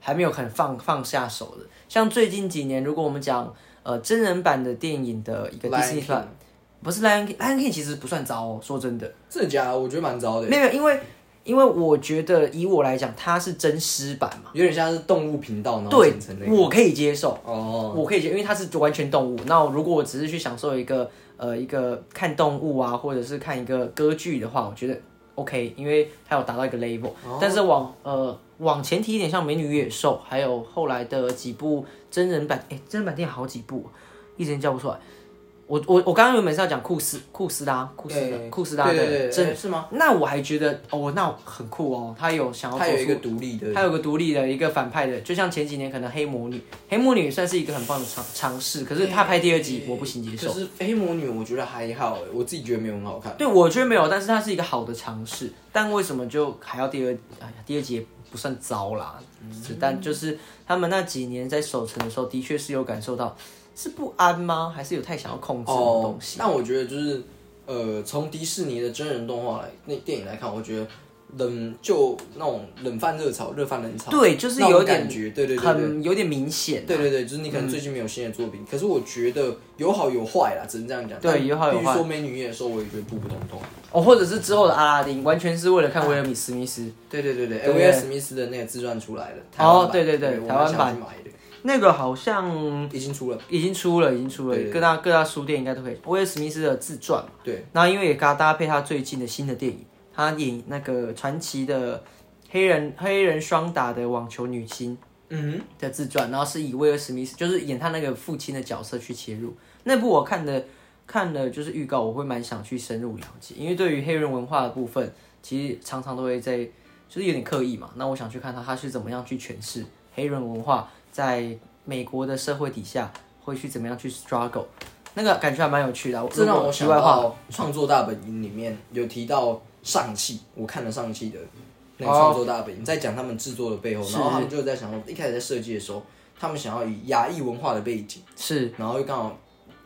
S1: 还没有很放放下手的。像最近几年，如果我们讲呃真人版的电影的呃一个
S2: Lion
S1: 迪士尼版，不是《Lion King》，《Lion King》其实不算糟哦，说真的，哦
S2: 真的假的？我觉得蛮糟的，
S1: 没有，因为因为我觉得以我来讲，它是真尸版嘛，
S2: 有点像是动物频道，然后
S1: 对
S2: 剪成那，个
S1: 我可以接受。
S2: 哦，
S1: 我可以接，因为它是完全动物。那如果我只是去享受一个呃一个看动物啊，或者是看一个歌剧的话，我觉得 OK，因为它有达到一个 level、但
S2: 哦
S1: 是往呃往前提一点，像《美女与野兽》，还有后来的几部真人版，哎、真人版电影好几部，一时间叫不出来。我我我刚刚原本是要讲库斯库斯拉库斯拉
S2: 对
S1: 库斯拉
S2: 对对
S1: 的
S2: 对，
S1: 真，
S2: 哎是吗？
S1: 那我还觉得哦，那很酷哦，他有想要
S2: 它
S1: 做
S2: 有
S1: 出
S2: 一个独立的，
S1: 它有个独立的一个反派的，就像前几年可能黑魔女，黑魔女也算是一个很棒的尝尝试，可是她拍第二集我不行接受
S2: 可。是黑魔女我觉得还好哎，我自己觉得没有很好看。
S1: 对，我觉得没有，但是它是一个好的尝试。但为什么就还要第二？哎呀，第二集也不算糟啦，嗯是但就是他们那几年在守城的时候，的确是有感受到是不安吗？还是有太想要控制的东西？
S2: 哦但我觉得就是呃，从迪士尼的真人动画来那电影来看，我觉得冷就那种冷饭热炒，热饭冷炒，
S1: 对，就是
S2: 那种
S1: 有点
S2: 感觉，对对对对。
S1: 很有点明显。
S2: 对对对，就是你
S1: 嗯
S2: 可能最近没有新的作品，可是我觉得有好有坏啦，只能这样讲。
S1: 对
S2: 但
S1: 有好有
S2: 比
S1: 坏
S2: 如说《美女夜》的时候，我也觉得普普通通。
S1: 哦，或者是之后的阿拉丁，完全是为了看威尔米史密斯。
S2: 对对对对
S1: 对
S2: ，L.A. 史密斯的那个自传出来了，台湾
S1: 哦
S2: 版
S1: 对对对
S2: 我
S1: 台
S2: 蛮
S1: 湾
S2: 想
S1: 版
S2: 去买的，
S1: 那个好像
S2: 已经出了，
S1: 已经出了，已经出了，
S2: 对对
S1: 各大各大书店应该都可以。威尔史密斯的自传，
S2: 对，
S1: 然后因为也给他搭配他最近的新的电影，他演那个传奇的黑人黑人双打的网球女星
S2: 嗯哼，
S1: 的自传，然后是以威尔史密斯就是演他那个父亲的角色去切入。那部我看的看了就是预告，我会蛮想去深入了解，因为对于黑人文化的部分，其实常常都会在就是有点刻意嘛。那我想去看他他是怎么样去诠释黑人文化在美国的社会底下会去怎么样去 struggle，那个感觉还蛮有趣的啊。
S2: 这让
S1: 如
S2: 我
S1: 果
S2: 想
S1: 题外话，
S2: 到《创作大本营》里面有提到上汽，我看了上汽的那
S1: 哦
S2: 个《创作大本营》，在讲他们制作的背后，然后他们就在想说，一开始在设计的时候，他们想要以亚裔文化的背景，
S1: 是
S2: 然后又刚好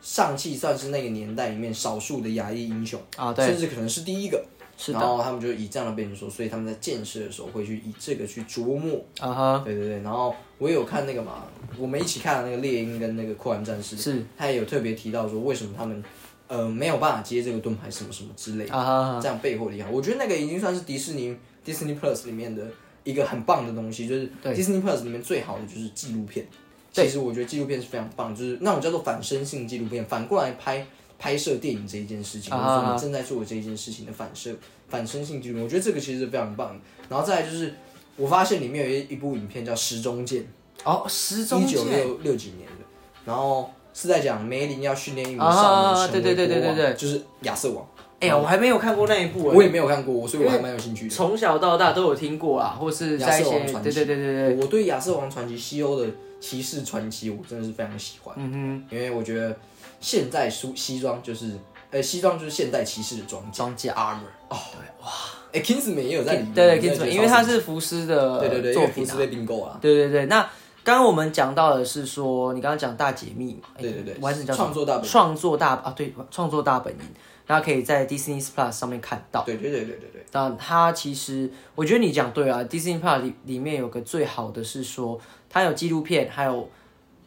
S2: 上汽算是那个年代里面少数的亚裔英雄
S1: 啊对
S2: 甚至可能是第一个。
S1: 是
S2: 然后他们就以这样的背景说，所以他们在建设的时候会去以这个去琢磨
S1: 啊哈，
S2: 对对对，然后我也有看那个嘛，我们一起看的那个猎鹰跟那个酷玩战士，
S1: 是
S2: 他也有特别提到说为什么他们呃没有办法接这个盾牌什么什么之类的，
S1: 啊哈
S2: 这样背后的遗憾，我觉得那个已经算是迪士尼 Disney Plus 里面的一个很棒的东西，就是 Disney Plus 里面最好的就是纪录片。其实我觉得纪录片是非常棒，就是那种叫做反身性纪录片，反过来拍拍摄电影这一件事情，
S1: 啊
S2: 或者说你正在做的这一件事情的反射反身性纪录片，我觉得这个其实是非常棒的。然后再来就是，我发现里面有一一部影片叫《时钟剑》，
S1: 哦，时
S2: 一
S1: 钟
S2: 九
S1: 剑
S2: 六六几年的，然后是在讲梅林要训练一名
S1: 啊
S2: 少年成为国王，
S1: 对对对对对对
S2: 就是亚瑟王。
S1: 哎呀，我还没有看过那一部，
S2: 我也没有看过，所以我还蛮有兴趣的。
S1: 从小到大都有听过啊，或是在
S2: 嗯亚瑟
S1: 一些
S2: 王传
S1: 对对对对对，
S2: 我对《亚瑟王传奇》西欧的骑士传奇，我真的是非常喜欢，
S1: 嗯
S2: 因为我觉得现在书西装就是，呃，西装就是现代骑士的装
S1: 哼，装
S2: 甲 armor。哦，对，哇，哎，Kingsman 也有在里面，
S1: 对对
S2: 我真的觉
S1: Kingsman，
S2: 得
S1: 因为它
S2: 超
S1: 是福斯的
S2: 对对对，因
S1: 作
S2: 为福
S1: 品
S2: 斯
S1: 啊，
S2: 被并购啊，
S1: 对对对。那刚刚我们讲到的是说，你刚刚讲大解密嘛，哎
S2: 对对对
S1: 完整叫什么
S2: 创作大本营
S1: 创作大啊，对，创作大本营，然后可以在 Disney Plus 上面看到。
S2: 对对对对对对，
S1: 那它其实，我觉得你讲对啊，Disney Plus 里里面有个最好的是说，它有纪录片，还有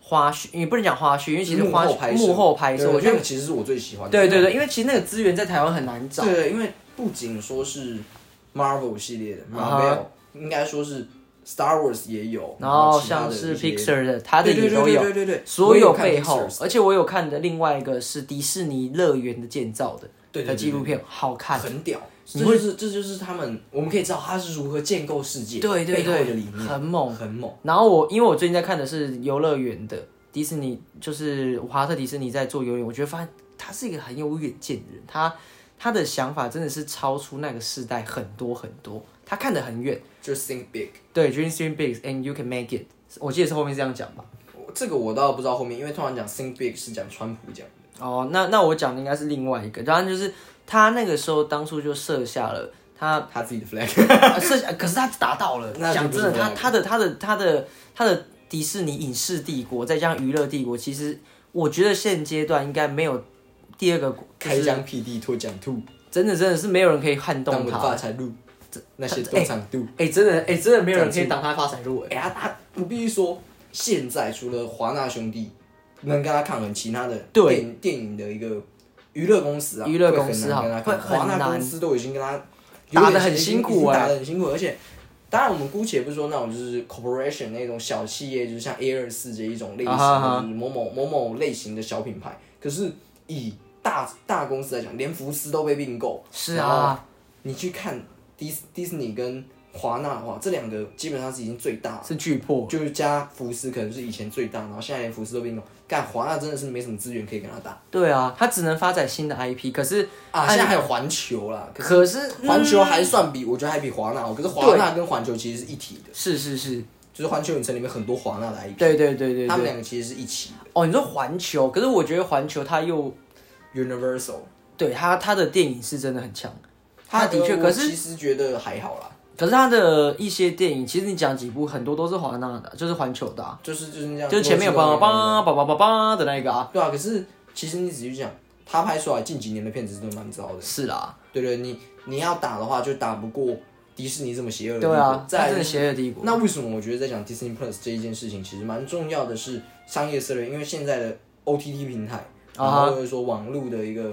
S1: 花絮，也不能讲花絮，因为其实
S2: 幕
S1: 花
S2: 后
S1: 絮
S2: 拍摄
S1: 幕后拍摄，
S2: 对
S1: 我觉
S2: 那
S1: 得
S2: 个其实是我最喜欢的，
S1: 对对对，因为其实那个资源在台湾很难找。
S2: 对，因为不仅说是 Marvel 系列的
S1: 啊哈
S2: Marvel，、应该说是 Star Wars 也有，
S1: 然后
S2: 其他
S1: 像
S2: 的
S1: 是
S2: 一些
S1: Pixar 的，它的
S2: 对对
S1: 也
S2: 对
S1: 都有，
S2: 对对对对，
S1: 所
S2: 有
S1: 有
S2: 看
S1: 背后
S2: Pixar，
S1: 而且我有看的另外一个是迪士尼乐园的建造的
S2: 对对对
S1: 的纪录片，好看。
S2: 很屌，这
S1: 你
S2: 就是这就是他们，我们可以知道他是如何建构世界，
S1: 对对
S2: 背后的
S1: 对
S2: 理，念
S1: 很猛。
S2: 很猛，
S1: 然后我因为我最近在看的是游乐园的迪士尼，就是华特迪士尼在做游乐园，我觉得发现他是一个很有远见的人，他他的想法真的是超出那个世代很多很多，他看得很远。
S2: 就是 think big。
S1: 对，dream dream big and you can make it，我记得是后面是这样讲吧。
S2: 我这个我倒不知道后面，因为通常讲 think big 是讲川普讲，
S1: 哦，那那我讲的应该是另外一个，当然就是他那个时候当初就设下了他
S2: 他自己的 flag。
S1: 啊设下，可是他达到了
S2: 那。就
S1: 讲
S2: 不
S1: 真
S2: 是
S1: 的，他
S2: flag
S1: 他的他的他的他的迪士尼影视帝国，再加上娱乐帝国，其实我觉得现阶段应该没有第二个国，就
S2: 开
S1: 是
S2: 疆辟地脱蒋兔，
S1: 真的真的是没有人可以撼
S2: 当
S1: 动
S2: 文
S1: 他。
S2: 化财路，那些
S1: 哎
S2: 东厂度。
S1: 哎、真的哎、真的没有人可以挡他发财路哎、
S2: 哎、他他我必须说，现在除了华纳兄弟能跟他抗衡，其他的
S1: 对
S2: 电电影的一个娱乐公司啊，
S1: 娱乐公司啊
S2: 会很难跟他
S1: 会
S2: 抗衡
S1: 很
S2: 华
S1: 难
S2: 纳公司都已经跟他
S1: 打得很辛苦哎
S2: 打得很辛苦，而且。当然，我们姑且不说那种就是 corporation 那种小企业，就是像 A 二四这一种类型
S1: 啊哈哈
S2: 的，就是某某某某类型的小品牌。可是以大大公司来讲，连福斯都被并购，
S1: 是
S2: 然后
S1: 啊，
S2: 你去看迪斯迪士尼跟华纳的话，这两个基本上是已经最大
S1: 是巨破。
S2: 就是加福斯可能是以前最大，然后现在连福斯都并购，干华纳真的是没什么资源可以跟他打
S1: 对啊，他只能发展新的 IP，可是
S2: 啊。现在还有环球啦，可是
S1: 可是嗯
S2: 环球还算比，我觉得还比华纳好，可是华纳跟环球其实是一体的，
S1: 是是是，
S2: 就是环球影城里面很多华纳的 IP，
S1: 对对对对
S2: 他们
S1: 对。
S2: 两个其实是一起
S1: 哦，你说环球，可是我觉得环球它又
S2: 的。Universal，
S1: 对它它的电影是真的很强，它的确，
S2: 我
S1: 可是
S2: 其实觉得还好啦，
S1: 可是它的一些电影，其实你讲几部很多都是华纳的，就是环球的啊、
S2: 就是就是那样，
S1: 就是前面有叭叭叭叭叭叭的那一个啊。
S2: 对啊，可是其实你仔细想，他拍出来近几年的片子真的蛮糟的。啊
S1: 是啦，
S2: 对对，你你要打的话，就打不过迪士尼这么邪恶的。
S1: 对啊，
S2: 再
S1: 它
S2: 来
S1: 真的邪恶帝国。
S2: 那为什么我觉得在讲 Disney Plus 这一件事情，其实蛮重要的是商业策略，因为现在的 OTT 平台，然
S1: 啊哈
S2: 后或者说网络的一个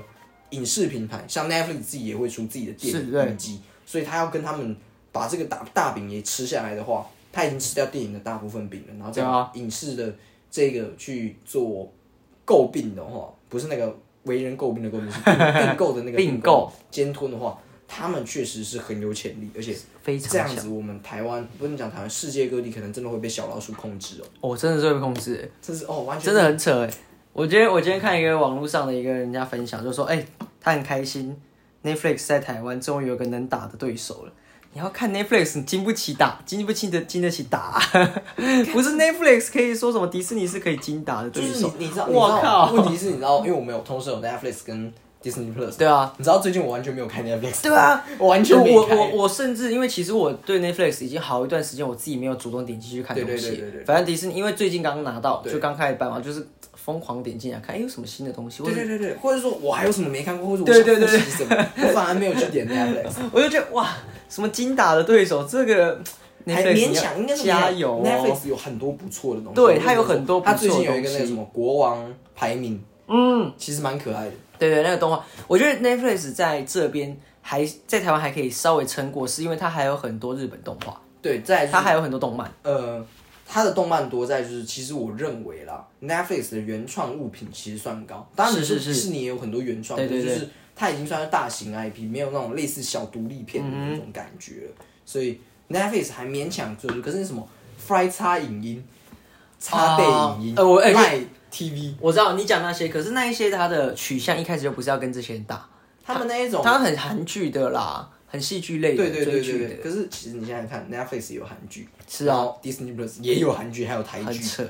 S2: 影视平台，像 Netflix 自己也会出自己的电
S1: 是对
S2: 影影集，所以他要跟他们把这个大大饼也吃下来的话，他已经吃掉电影的大部分饼了，然后再
S1: 对啊
S2: 把影视的这个去做诟病的话，不是那个为人诟病的诟病，是并 并购的那个
S1: 并购
S2: 监吞的话，他们确实是很有潜力，而且
S1: 非
S2: 这
S1: 常
S2: 样
S1: 强，
S2: 子，我们台湾不能讲台湾，世界各地可能真的会被小老鼠控制哦。
S1: 我、真的是会被控制欸、
S2: 这是哦，完全
S1: 真的很扯哎、我今天我今天看一个网络上的一个人家分享，就说哎、他很开心，Netflix 在台湾终于有个能打的对手了。你要看 Netflix，你经不起打，经不起的经得起打， 不是 Netflix 可以说什么迪士尼是可以精打的
S2: 就
S1: 对
S2: 是
S1: 手
S2: 你，你知道，
S1: 我
S2: 你知道
S1: 靠
S2: 问题是你知道，因为我们有同时有 Netflix 跟 Disney Plus，
S1: 对啊，
S2: 你知道最近我完全没有开 Netflix，
S1: 对啊，
S2: 我完全没
S1: 我
S2: 开欸
S1: 我我甚至因为其实我对 Netflix 已经好一段时间，我自己没有主动点进去看
S2: 对
S1: 东
S2: 对
S1: 西。
S2: 对对对
S1: 反正迪士尼因为最近刚拿到，
S2: 对
S1: 就刚开始办嘛，就是疯狂点进来看，哎、有什么新的东西？我
S2: 对
S1: 就
S2: 对对对，或者说我还有什么没看过，或者我
S1: 对对对
S2: 想复习什么，我反而没有去点 Netflix，
S1: 我就觉得哇，什么精打的对手，这个
S2: 还
S1: Netflix
S2: 勉强应该是
S1: 你要加油、哦。
S2: Netflix 有很多不错的东西，
S1: 对它有很多
S2: 它
S1: 不
S2: 最
S1: 错的
S2: 近有一个那个什么国王排名，
S1: 嗯，
S2: 其实蛮可爱的。
S1: 对对，那个动画，我觉得 Netflix 在这边还在台湾还可以稍微撑过，是因为它还有很多日本动画，
S2: 对，在
S1: 它还有很多动漫。
S2: 呃，它的动漫多在就是，其实我认为啦，Netflix 的原创物品其实算高，当然
S1: 是
S2: 是
S1: 是
S2: 迪士尼也有很多原创，
S1: 对对
S2: 可是
S1: 对
S2: 就是它已经算是大型 IP，没有那种类似小独立片的那种感觉了，所以 Netflix 还勉强做出，可是那什么 Fry 插影音、插背影音、
S1: 啊呃我哎
S2: 卖 TV，
S1: 我知道你讲那些，可是那一些它的取向一开始就不是要跟这些人打，
S2: 他们那一种。
S1: 它很韩剧的啦，很戏剧啊类的
S2: 对对对
S1: 追
S2: 对
S1: 剧
S2: 对
S1: 的，
S2: 对，可是其实你想想看，Netflix 也有韩剧，
S1: 是啊
S2: 然后，Disney Plus 也有韩剧，还有台
S1: 很
S2: 剧。
S1: 扯。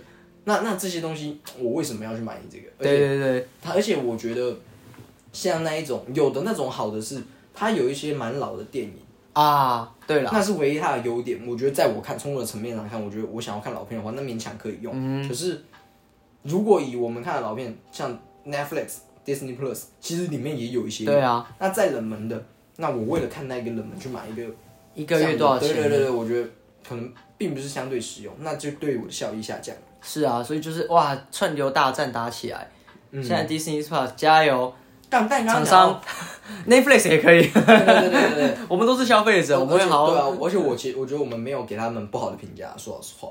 S2: 那那这些东西，我为什么要去买你这个？而且
S1: 对对对，
S2: 它而且我觉得像那一种有的那种好的是，它有一些蛮老的电影，
S1: 啊，对了，
S2: 那是唯一它的优点。我觉得在我看从我的层面上看，我觉得我想要看老片的话，那勉强可以用。
S1: 嗯
S2: 可是如果以我们看的老片，像 Netflix、Disney Plus，其实里面也有一些。
S1: 对啊，
S2: 那再冷门的，那我为了看那一个冷门去买一个
S1: 一个月多少
S2: 这样的对对
S1: 钱？
S2: 对对，我觉得可能并不是相对实用，那就对我的效益下降。
S1: 是啊，所以就是哇，串流大战打起来，
S2: 嗯
S1: 现在 Disney Plus 加油，
S2: 但但刚刚
S1: 厂
S2: 讲到
S1: 商 Netflix 也可以，
S2: 对对对对对。
S1: 我们都是消费者，我们会好
S2: 对
S1: 好，
S2: 啊，而且我其实我觉得我们没有给他们不好的评价，说老实话。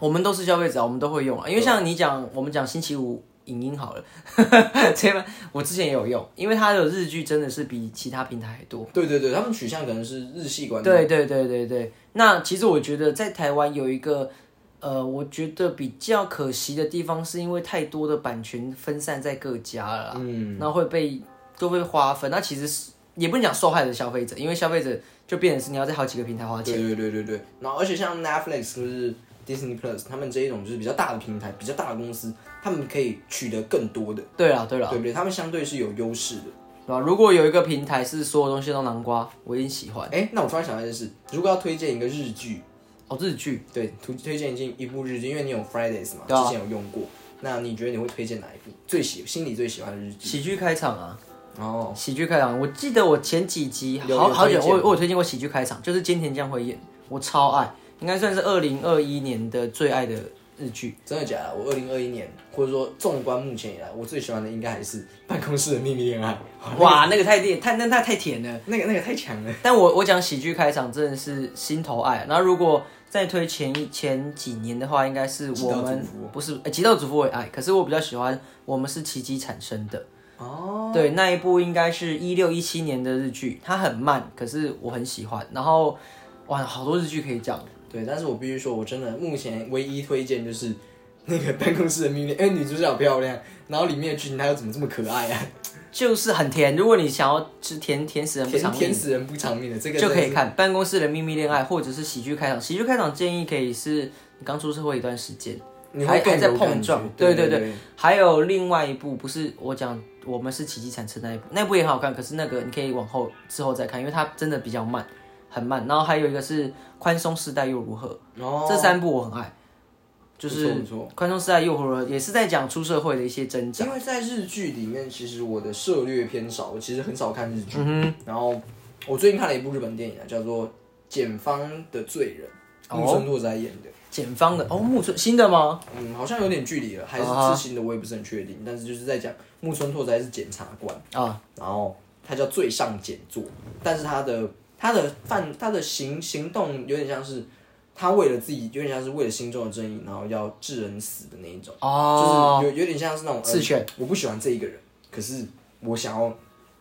S1: 我们都是消费者，我们都会用啊。因为像你讲，我们讲星期五影音好了， 这边我之前也有用，因为它的日剧真的是比其他平台还多。
S2: 对对对，他们取向可能是日系观众，
S1: 对对对对对，那其实我觉得在台湾有一个，呃，我觉得比较可惜的地方，是因为太多的版权分散在各家了啦，
S2: 嗯，
S1: 那会被都被划分。那其实是也不能讲受害的消费者，因为消费者就变成是你要在好几个平台花
S2: 对
S1: 钱。
S2: 对对对对。然后而且像 Netflix 或是 Disney Plus，他们这一种就是比较大的平台、比较大的公司，他们可以取得更多的，
S1: 对啦对啦，
S2: 啊对不对？他们相对是有优势的。
S1: 对吧？如果有一个平台是所有东西都南瓜，我一定喜欢。
S2: 哎，那我突然想到一件事，如果要推荐一个日剧，
S1: 哦，日剧
S2: 对，推推荐一一部日剧，因为你有 Fridays 嘛，
S1: 对啊
S2: 之前有用过，那你觉得你会推荐哪一部？最喜心里最喜欢的日剧？
S1: 喜剧开场啊，
S2: 哦，
S1: 喜剧开场，我记得我前几集
S2: 有
S1: 好
S2: 有
S1: 好久
S2: 推，荐
S1: 我有我有推荐过喜剧开场，就是菅田将晖演，我超爱，应该算是二零二一年的最爱的日剧。
S2: 真的假的？我二零二一年，或者说纵观目前以来，我最喜欢的应该还是《办公室的秘密恋爱》。
S1: 哇，那个太甜，太那哎那太甜了。
S2: 那个那个太强了。
S1: 但我我讲喜剧开场真的是心头爱，然后如果再推前一前几年的话，应该是我
S2: 极道
S1: 们
S2: 主夫
S1: 不是呃极道主夫我也爱，可是我比较喜欢我们是奇迹产生的。
S2: 哦，
S1: 对，那一部应该是一六一七年的日剧，它很慢，可是我很喜欢。然后，哇，好多日剧可以讲。
S2: 对，但是我必须说，我真的目前唯一推荐就是那个《办公室的秘密》，因为女主角漂亮，然后里面的剧情她又怎么这么可爱啊？
S1: 就是很甜。如果你想要吃甜甜死人不
S2: 甜
S1: 偿
S2: 甜
S1: 命，
S2: 死人不偿命的这个真
S1: 就可
S2: 的
S1: 以
S2: 是。
S1: 看《办公室的秘密恋爱》或者是喜剧开场。喜剧开场建议可以是你刚出社会一段时间，
S2: 你会
S1: 还还
S2: 更
S1: 在
S2: 有感
S1: 碰
S2: 觉
S1: 撞。
S2: 对
S1: 对
S2: 对，
S1: 还有另外一部不是我讲，我们是奇迹产生那一部，那部也很好看，可是那个你可以往后之后再看，因为它真的比较慢，很慢。然后还有一个是《宽松世代又如何》，
S2: 哦，
S1: 这三部我很爱。就
S2: 不
S1: 是
S2: 错
S1: 《宽松世代又如何》，也是在讲出社会的一些挣扎。
S2: 因为在日剧里面，其实我的涉略偏少，我其实很少看日剧。
S1: 嗯
S2: 然后我最近看了一部日本电影啊，叫做《检方的罪人》，
S1: 哦
S2: 木村拓哉演的。
S1: 检方的哦，木村新的吗？
S2: 嗯，好像有点距离了，还是
S1: 啊哈
S2: 之新的，我也不是很确定。但是就是在讲木村拓哉是检察官，
S1: 啊，
S2: 然后他叫最上检座，但是他的他的犯他的行行动有点像是他为了自己，有点像是为了心中的正义，然后要致人死的那一种。
S1: 哦，
S2: 就是有有点像是那种
S1: 自选
S2: 呃，我不喜欢这一个人，可是我想要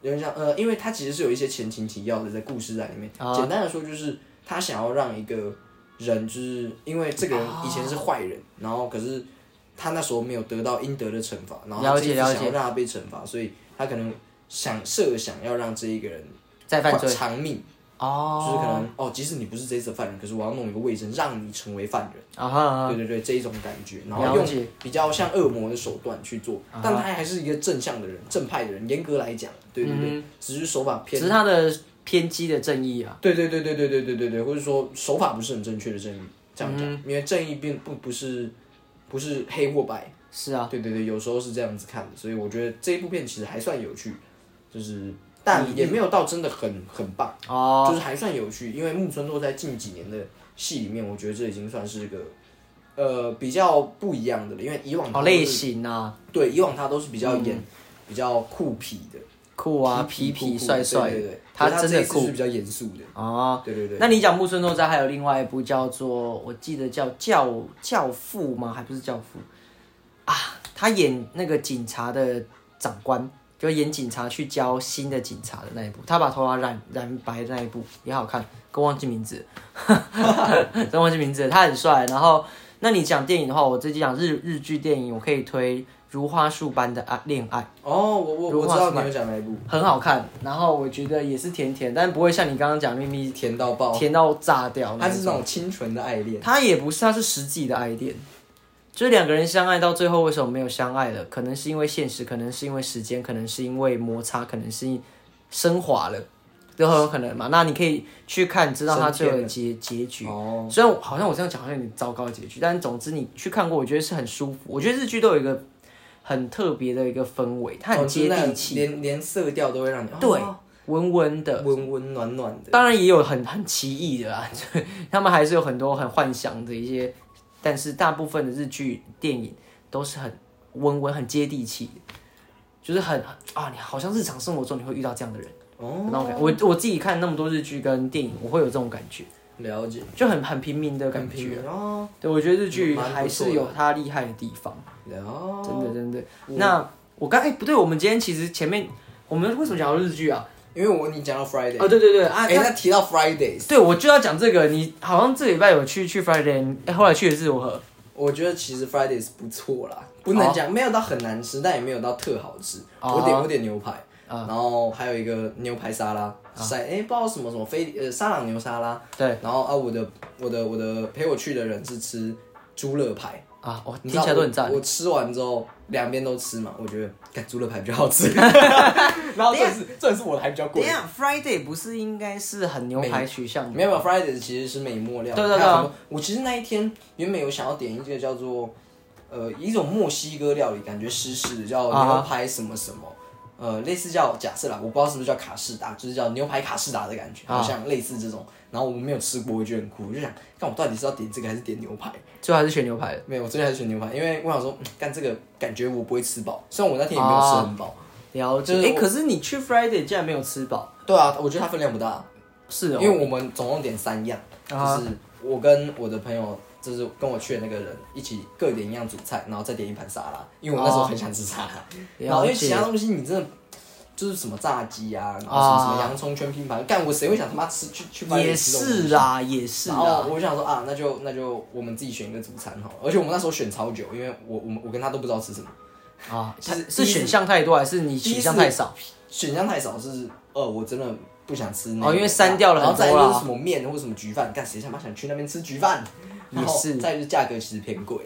S2: 有点像呃，因为他其实是有一些前情提要的在故事在里面。
S1: 啊
S2: 简单的说，就是他想要让一个人，就是因为这个人
S1: 啊
S2: 以前是坏人，然后可是他那时候没有得到应得的惩罚，然后他
S1: 了
S2: 这一
S1: 解
S2: 直
S1: 了
S2: 想要让他被惩罚，所以他可能想设想要让这一个人
S1: 再犯罪。
S2: 偿命，
S1: 哦，
S2: 就是可能哦，即使你不是这次的犯人，可是我要弄一个卫生让你成为犯人。
S1: 啊哈啊哈，
S2: 对对对，这一种感觉，然
S1: 了
S2: 后用
S1: 解啊
S2: 比较像恶魔的手段去做，但他还是一个正向的人，正派的人。严格来讲，对对
S1: 嗯
S2: 对，只是手法
S1: 只
S2: 偏，
S1: 是他的偏激的正义啊，
S2: 对对对对对对对对对，或者说手法不是很正确的正义，这样
S1: 嗯
S2: 讲，因为正义并不不是不是黑或白，
S1: 是啊，
S2: 对对对，有时候是这样子看的，所以我觉得这一部片其实还算有趣，就是但也没有到真的很很棒。
S1: 哦，
S2: 就是还算有趣，因为木村拓在近几年的戏里面，我觉得这已经算是一个呃比较不一样的了，因为以往他
S1: 好
S2: 都是
S1: 类型啊，
S2: 对以往他都是比较演、比较酷痞的，
S1: 酷啊，
S2: 痞
S1: 痞
S2: 酷酷
S1: 痞帅帅
S2: 对对
S1: 的
S2: 对，，
S1: 他
S2: 可是
S1: 真
S2: 这
S1: 的
S2: 一次
S1: 酷
S2: 是比较严肃的，
S1: 哦。
S2: 对对对，
S1: 那你讲木村拓哉还有另外一部叫做，我记得叫《教教父》吗？还不是《教父》啊？他演那个警察的长官，就演警察去教新的警察的那一部，他把头发染染白的那一部也好看，我忘记名字了， 真忘记名字了，他很帅。然后，那你讲电影的话，我最近讲日日剧电影，我可以推《如花树般的爱恋爱》，
S2: 哦，我我
S1: 如
S2: 我
S1: 花
S2: 知道你有讲哪一部，
S1: 很好看。然后我觉得也是甜甜，但不会像你刚刚讲秘密
S2: 甜到爆，
S1: 甜到炸掉
S2: 他
S1: 那一
S2: 是那种清纯的爱恋，
S1: 他也不是，他是实际的爱恋，就是两个人相爱到最后为什么没有相爱了？可能是因为现实，可能是因为时间，可能是因为摩擦，可能是升华了，都很有可能嘛。那你可以去看，知道他最后的结结局。
S2: 哦，
S1: 虽然我好像我这样讲好像有点糟糕的结局，但总之你去看过，我觉得是很舒服。我觉得日剧都有一个很特别的一个氛围，它很
S2: 哦
S1: 接
S2: 真的
S1: 地气，
S2: 连连色调都会让你
S1: 对
S2: 哦
S1: 温温的。
S2: 温温暖暖的，
S1: 当然也有很很奇异的啦，就 他们还是有很多很幻想的一些，但是大部分的日剧电影都是很温温、很接地气的，就是很啊，你好像日常生活中你会遇到这样的人，
S2: 哦，
S1: 那种感我我自己看那么多日剧跟电影，我会有这种感觉，
S2: 了解，
S1: 就很很平民的感
S2: 很平
S1: 觉。啊
S2: 民哦，
S1: 对，我觉得日剧
S2: 蛮不错的哦
S1: 还是有它厉害的地方，
S2: 了
S1: 真的真的。
S2: 嗯
S1: 那我刚哎、不对，我们今天其实前面我们为什么讲到日剧啊？
S2: 因为我你讲到 Friday，
S1: 哦，对对对啊，
S2: 哎、那提到 Fridays，
S1: 对，我就要讲这个。你好像这礼拜有去去 Friday，你哎后来去的是如何？
S2: 我觉得其实 Fridays 不错啦，不能讲、没有到很难吃，但也没有到特好吃。
S1: 哦啊
S2: 我点我点牛排，然后还有一个牛排沙拉，塞哎、不知道什么什么非呃沙朗牛沙拉，
S1: 对
S2: 然后啊我的我的我的陪我去的人是吃猪肋排，
S1: 啊，我
S2: 哦你知
S1: 听
S2: 道
S1: 起来都很赞
S2: 我。。我吃完之后两边都吃嘛，我觉得干猪肋排比较好 吃， 然后这是这是我的还比较
S1: 等一下，Friday 不是应该是很牛排取向的？
S2: 没有没有，Fridays 其实是美墨料理。
S1: 对对对啊
S2: 还有很多我其实那一天原本有想要点一个叫做呃一种墨西哥料理，感觉湿湿的，叫
S1: 啊
S2: 牛排什么什么。呃，类似叫假设啦，我不知道是不是叫卡士达，就是叫牛排卡士达的感觉，
S1: 啊
S2: 好像类似这种。然后我没有吃过，我觉得很酷，我就想，看我到底是要点这个还是点牛排？
S1: 最后还是选牛排的。
S2: 没有，我最后还是选牛排，因为我想说，嗯干、这个感觉我不会吃饱，虽然我那天也没有吃很饱。
S1: 啊了解。
S2: 就是
S1: 哎，
S2: 我
S1: 可是你去 Friday 竟然没有吃饱？
S2: 对啊，我觉得它分量不大。
S1: 是哦。
S2: 因为我们总共点三样，
S1: 啊
S2: 就是我跟我的朋友，就是跟我去的那个人一起各点一样主菜，然后再点一盘沙拉，因为我那时候很想吃沙拉，
S1: 啊
S2: 然后因为其他东西你真的。就是什么炸鸡啊，然后什么
S1: 啊
S2: 什么洋葱圈拼盘，干我谁会想他妈吃去去饭
S1: 也
S2: 店吃这种东西
S1: 是啦，也是
S2: 然后
S1: 啦。
S2: 我就想说啊，那就那就我们自己选一个主餐好了，而且我们那时候选超久，因为我我们我跟他都不知道吃什么，
S1: 啊，
S2: 其实
S1: 是是选项太多还是你选项太少？
S2: 选项太少是，呃，我真的不想吃那个。
S1: 哦因为删掉了
S2: 然后
S1: 很
S2: 再
S1: 多啦
S2: 就是什么面或什么焗饭，干谁他妈想去那边吃焗饭？
S1: 也嗯
S2: 然
S1: 是
S2: 后再就是价格其实偏贵。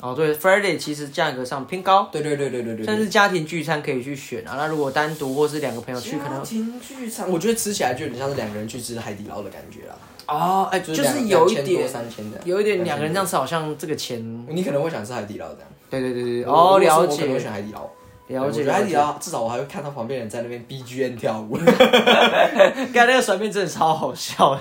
S1: 哦，对，Friday 其实价格上偏高，
S2: 对对对对对对。
S1: 但是家庭聚餐可以去选啊。那如果单独或是两个朋友去，可能
S2: 庭聚餐，我觉得吃起来就有点像是两个人去吃海底捞的感觉啦，
S1: 哦，哎，就
S2: 两
S1: 是有一
S2: 两千多
S1: 点
S2: 三千的，
S1: 有一点两
S2: 千
S1: 个人这样吃，好像这个钱，
S2: 多。你可能会想吃海底捞这样。
S1: 对对对对，
S2: 我如
S1: 哦，
S2: 果是
S1: 了
S2: 我可能会选
S1: 解，
S2: 海底捞。
S1: 了
S2: 对我
S1: 解，
S2: 觉得海
S1: 了
S2: 底
S1: 解。
S2: 捞至少我还会看到旁边人在那边 B G M 跳舞，
S1: 刚那个甩面真的超好笑 的，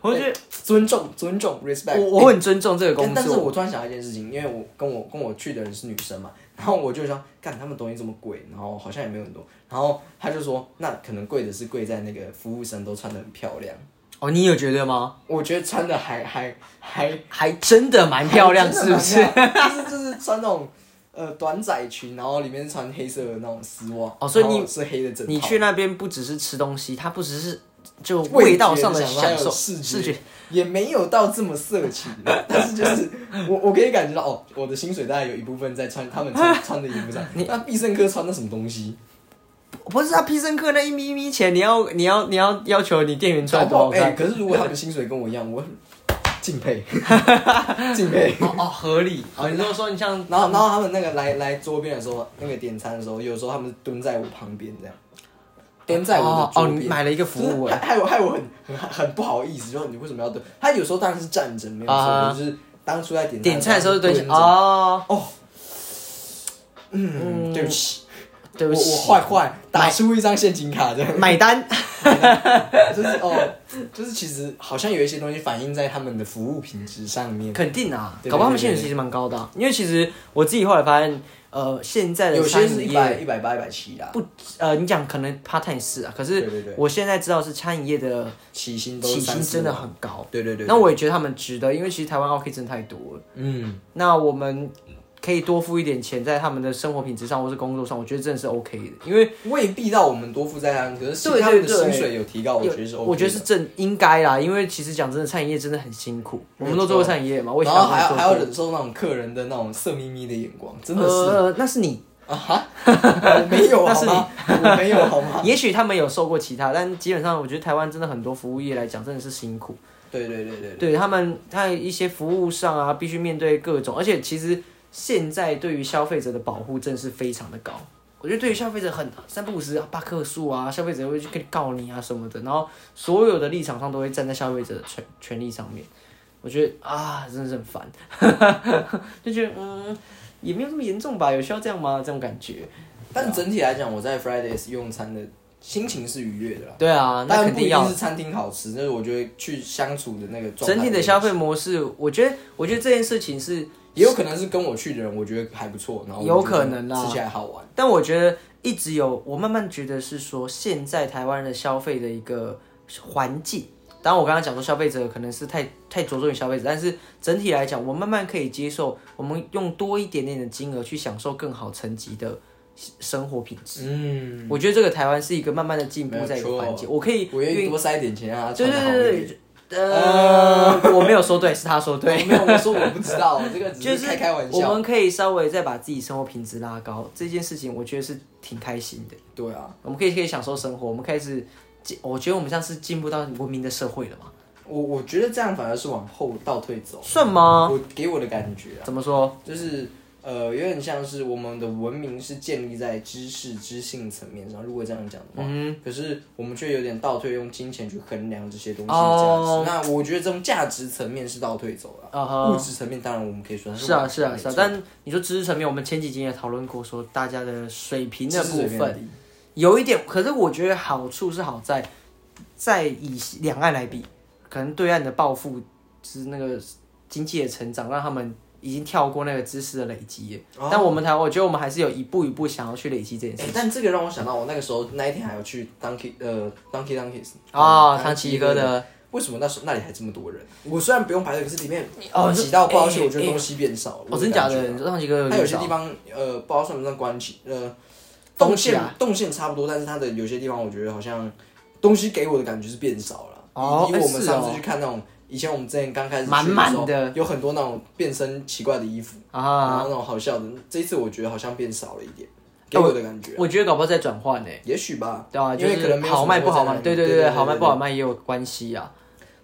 S1: 我觉得
S2: 尊重尊重 respect。
S1: 我我很尊重这个工
S2: 但是
S1: 作，
S2: 我突然想到一件事情，因为我跟我跟我去的人是女生嘛，然后我就说，干他们东西这么贵，然后好像也没有很多，然后他就说，那可能贵的是贵在那个服务生都穿的很漂亮，
S1: 哦，你有觉得吗？
S2: 我觉得穿的还还还
S1: 还真的蛮 漂亮，是不是？？
S2: 就是就是穿那种呃短仔裙，然后里面是穿黑色的那种丝袜，
S1: 哦所以你
S2: 然后是黑的整套，
S1: 你去那边不只是吃东西，它不只是就
S2: 味觉
S1: 味道上的
S2: 想还有
S1: 享受，
S2: 视
S1: 视觉，
S2: 也没有到这么色 情，但是就是我我可以感觉到哦， 我的薪水大概有一部分在穿他们穿穿的衣服上。那必胜客穿的什么东西？
S1: 不是啊，必胜客那一米一米钱，你要你要你要要求你店员穿得多好
S2: 哎、
S1: 看，
S2: 可是如果他们薪水跟我一样，我很敬 佩，敬佩。
S1: 哦哦合理。好，你如果说你像
S2: 然后，然后他们那个来来桌边的时候，那个点餐的时候，有时候他们蹲在我旁边这样，蹲在我的
S1: 哦
S2: 桌
S1: 哦，
S2: 边。
S1: 你买了一个服务
S2: 就是害
S1: 哎，
S2: 害我害我很很很不好意思，就是你为什么要蹲？他有时候当然是站着没有错，
S1: 啊
S2: 我就是当初在点
S1: 点餐的时候蹲
S2: 蹲
S1: 下
S2: 着。
S1: 哦，
S2: 哦，嗯，对不起，
S1: 对不起，
S2: 我我坏坏，打出一张现金卡这样，
S1: 买单。
S2: 就是哦，就是其实好像有一些东西反映在他们的服务品质上面。
S1: 肯定啊，
S2: 对
S1: 搞不好他们
S2: 对对
S1: 薪水
S2: 对
S1: 其实蛮高的啊、因为其实我自己后来发现，呃，现在的
S2: 有些
S1: 餐
S2: 是
S1: 饮
S2: 一百
S1: 业
S2: 一百八、一百七啦，
S1: 不，呃，你讲可能 part time 是啊，可
S2: 对对
S1: 是
S2: 对
S1: 我现在知道是餐饮业的
S2: 起薪都
S1: 起
S2: 是
S1: 薪
S2: 35
S1: 真的很高，
S2: 对对对，
S1: 那我也觉得他们值得，因为其实台湾 OK 真的太多了，
S2: 嗯，
S1: 那我们可以多付一点钱在他们的生活品质上或是工作上，我觉得真的是 OK 的，因为
S2: 未必到我们多负债啊，可是
S1: 对
S2: 他们的
S1: 对对
S2: 薪水有提高，我觉得是 OK 的。
S1: 我觉得是正应该啦，因为其实讲真的，餐饮业真的很辛苦，我们都做过餐饮业嘛，我也
S2: 然
S1: 想
S2: 后还要
S1: 做
S2: 还要
S1: 过
S2: 忍受那种客人的那种色眯眯的眼光，真的是
S1: 呃，那是你。
S2: 啊哈，我没 有
S1: 那
S2: 好
S1: 是
S2: 吗？我没有好吗？
S1: 也许他们有受过其他，但基本上我觉得台湾真的很多服务业来讲真的是辛苦，
S2: 对对对对，
S1: 对他们在一些服务上啊，必须面对各种，而且其实现在对于消费者的保护真的是非常的高。我觉得对于消费者很三不五时啊，罢客诉啊，消费者会去跟你告你啊什么的，然后所有的立场上都会站在消费者的权权利上面。我觉得啊，真的是很烦， 就觉得嗯， 也没有这么严重吧，有需要这样吗？这种感觉。
S2: 啊但整体来讲，我在 Fridays 用餐的心情是愉悦的啦。
S1: 对啊，
S2: 当
S1: 那
S2: 然
S1: 肯
S2: 不
S1: 定
S2: 一
S1: 要
S2: 定是餐厅好吃，但是我觉得去相处的那个状态，
S1: 整体的消费模式，我觉得，我觉得这件事情是，
S2: 也有可能是跟我去的人，我觉得还不错，然后我
S1: 有
S2: 就觉得
S1: 可能啦
S2: 吃起来好玩。
S1: 但我觉得一直有，我慢慢觉得是说，现在台湾的消费的一个环境。当然，我刚刚讲说消费者可能是太太着重于消费者，但是整体来讲，我慢慢可以接受，我们用多一点点的金额去享受更好层级的生活品质。
S2: 嗯，
S1: 我觉得这个台湾是一个慢慢的进步
S2: 没有
S1: 在一个
S2: 错
S1: 环节，我可以
S2: 我愿意多塞一点钱啊，
S1: 对
S2: 穿的好一
S1: 对对
S2: 点。
S1: 对，呃， 我没有说对，是他说对
S2: 我。哦没有，我说我不知 道，这个
S1: 就
S2: 只
S1: 是
S2: 开开玩
S1: 我
S2: 笑。
S1: 们可以稍微再把自己生活品质拉高，这件事情我觉得是挺开心的。
S2: 对啊，
S1: 我们可以可以享受生活，我们开始进，我觉得我们像是进步到文明的社会了嘛？
S2: 我我觉得这样反而是往后倒退走。
S1: 算吗？
S2: 我给我的感觉啊，
S1: 怎么说？
S2: 就是呃，有点像是我们的文明是建立在知识、知性层面上。如果这样讲的话，可是我们却有点倒退，用金钱去衡量这些东西的价值。
S1: 哦
S2: 那我觉得这种价值层面是倒退走了。
S1: 啊哈
S2: 物质层面当然我们可以说它
S1: 是啊，
S2: 往
S1: 是啊，
S2: 前
S1: 是啊。
S2: 走
S1: 但你说知识层面，我们前几集也讨论过，说大家的水平的
S2: 知识
S1: 部
S2: 层面
S1: 分
S2: 低
S1: 有一点，可是我觉得好处是好在，在以两岸来比，可能对岸的暴富是那个经济的成长，让他们已经跳过那个知识的累积了。
S2: 哦
S1: 但我们台湾，我觉得我们还是有一步一步想要去累积这件事。
S2: 欸但这个让我想到，我那个时候那一天还有去 Donkey 呃 Donkey Donkeys
S1: 啊、
S2: 嗯
S1: 唐吉诃德，
S2: 为什么那时候那里还这么多人？我虽然不用排队，可是里面
S1: 哦
S2: 挤到爆，
S1: 欸
S2: 而且我觉得
S1: 欸
S2: 东西变少了。
S1: 哦，真假
S2: 我
S1: 的？
S2: 感
S1: 你
S2: 觉啊
S1: 说唐吉诃德
S2: 它有
S1: 多
S2: 些
S1: 少
S2: 地？方呃，不知道算不算关起呃，
S1: 封
S2: 动
S1: 起
S2: 线
S1: 来
S2: 动线差不多，但是它的有些地方我觉得好像东西给我的感觉是变少了。
S1: 哦
S2: 以以
S1: 欸
S2: 我们
S1: 是
S2: 上
S1: 哦
S2: 次去看那种，以前我们之前刚开始去
S1: 满
S2: 时
S1: 满
S2: 候
S1: 的，
S2: 有很多那种变身奇怪的衣服，然
S1: 啊
S2: 后，那种好笑的。这一次我觉得好像变少了一点，
S1: 欸
S2: 给我的感觉。
S1: 我觉得搞不好在转换呢。
S2: 也许吧，
S1: 对啊，
S2: 因
S1: 就
S2: 为可
S1: 是
S2: 能没有
S1: 好卖不好卖，
S2: 对
S1: 对对
S2: 对，
S1: 好卖不好卖也有关系啊。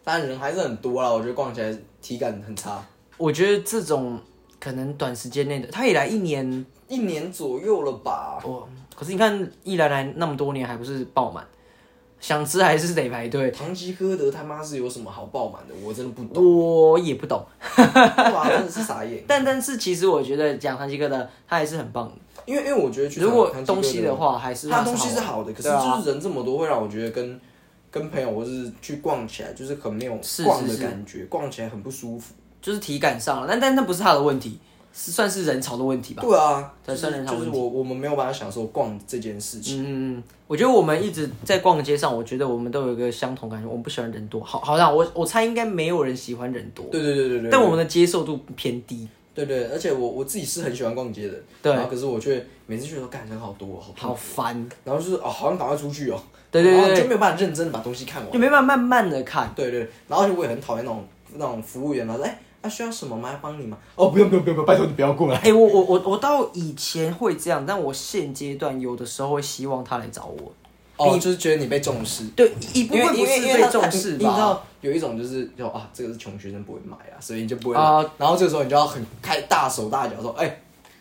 S2: 当然人还是很多啦，我觉得逛起来体感很差。
S1: 我觉得这种可能短时间内的，他也来一年
S2: 一年左右了吧？
S1: 哦，可是你看一来来那么多年还不是爆满，想吃还是得排队。
S2: 堂吉诃德他妈是有什么好爆满的？我真的不懂，
S1: 我也不懂，
S2: 哇，真的是傻眼。
S1: 但但是其实我觉得讲唐吉诃德他还是很棒的。
S2: 因为因为我觉得去
S1: 如果
S2: 堂吉诃德
S1: 东西的话，还是
S2: 它
S1: 让
S2: 东西
S1: 好
S2: 是好的，可是
S1: 对啊
S2: 就是人这么多，会让我觉得跟跟朋友或是去逛起来就是很没有
S1: 是
S2: 逛
S1: 是
S2: 的
S1: 是
S2: 感觉，逛起来很不舒服。
S1: 就是体感上了，但但那不是他的问题，是算是人潮的问题吧。
S2: 对啊，
S1: 对
S2: 就
S1: 算人
S2: 是
S1: 家
S2: 就是我我们没有办法享受逛这件事情。
S1: 嗯，我觉得我们一直在逛街上，我觉得我们都有一个相同感觉，我们不喜欢人多。好，好像我我猜应该没有人喜欢人多，
S2: 对对对对对。
S1: 但我们的接受度偏低。
S2: 对对，而且我我自己是很喜欢逛街的，
S1: 对
S2: 然后可是我却每次去的时候，感人好多哦，好
S1: 好烦，
S2: 然后就是哦，好像赶快出去哦，
S1: 对对对
S2: 然后就没有办法认真的把东西看完，
S1: 就没办法慢慢的看。
S2: 对对，然后我也很讨厌那种那种服务员，然后说哎，啊，需要什么吗？要帮你吗？哦，不用不用不用，不用拜托你不要过来。
S1: 哎、我我我我到以前会这样，但我现阶段有的时候会希望他来找我。
S2: 哦，就是觉得你被重视，
S1: 对，一部
S2: 因为
S1: 分
S2: 因
S1: 不
S2: 为
S1: 是
S2: 因为
S1: 被
S2: 他
S1: 重视
S2: 你
S1: 吧？
S2: 你知道有一种就是就啊，这个是穷学生不会买啊，所以你就不会买。
S1: 啊
S2: 然后这个时候你就要很开大手大脚说，哎、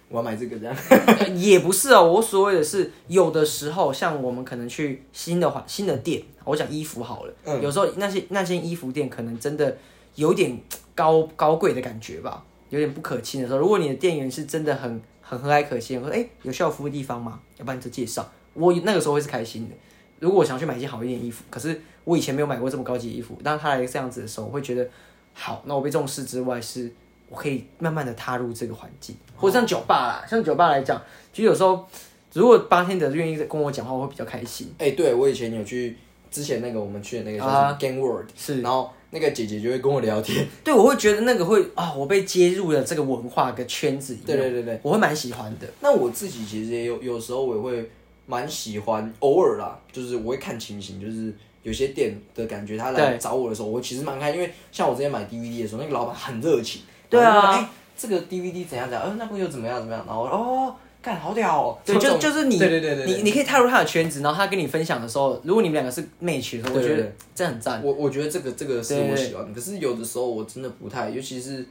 S2: 我要买这个这样。
S1: 呃 也不是哦，我所谓的是，有的时候像我们可能去新的环新的店，我讲衣服好了，
S2: 嗯
S1: 有时候那些那些衣服店可能真的有点高高贵的感觉吧，有点不可亲的时候，如果你的店员是真的很很和蔼可亲，我说哎、有需要服务的地方吗？要不然就介绍，我那个时候会是开心的。如果我想去买一件好一点的衣服，可是我以前没有买过这么高级的衣服，当他来这样子的时候，我会觉得好，那我被重视之外是。我可以慢慢的踏入这个环境，或者像酒吧啦，像酒吧来讲，就有时候如果八天的愿意跟我讲话，我会比较开心。
S2: 哎、对我以前有去之前那个我们去的那个叫什么
S1: 啊
S2: Game World，、
S1: 是
S2: 然后那个姐姐就会跟我聊天，
S1: 对，我会觉得那个会啊，我被接入了这个文化跟圈子里面，
S2: 对对对对，
S1: 我会蛮喜欢的。
S2: 那我自己其实也有有时候我也会蛮喜欢，偶尔啦，就是我会看情形，就是有些店的感觉，他来
S1: 对
S2: 找我的时候，我其实蛮开心，因为像我之前买 DVD 的时候，那个老板很热情，
S1: 对啊
S2: 然后就说哎这个 DVD 怎样怎样，呃，那个又怎么样怎么样，然后我哦，干好屌哦，
S1: 对，
S2: 这
S1: 就
S2: 种
S1: 就是你，
S2: 对对对对，对
S1: 你你可以踏入他的圈子，然后他跟你分享的时候，如果你们两个是 match 的时候，我
S2: 对对
S1: 觉
S2: 对
S1: 得这很赞。
S2: 我我觉得这个这个是
S1: 对
S2: 我喜欢的，可是有的时候我真的不太，尤其是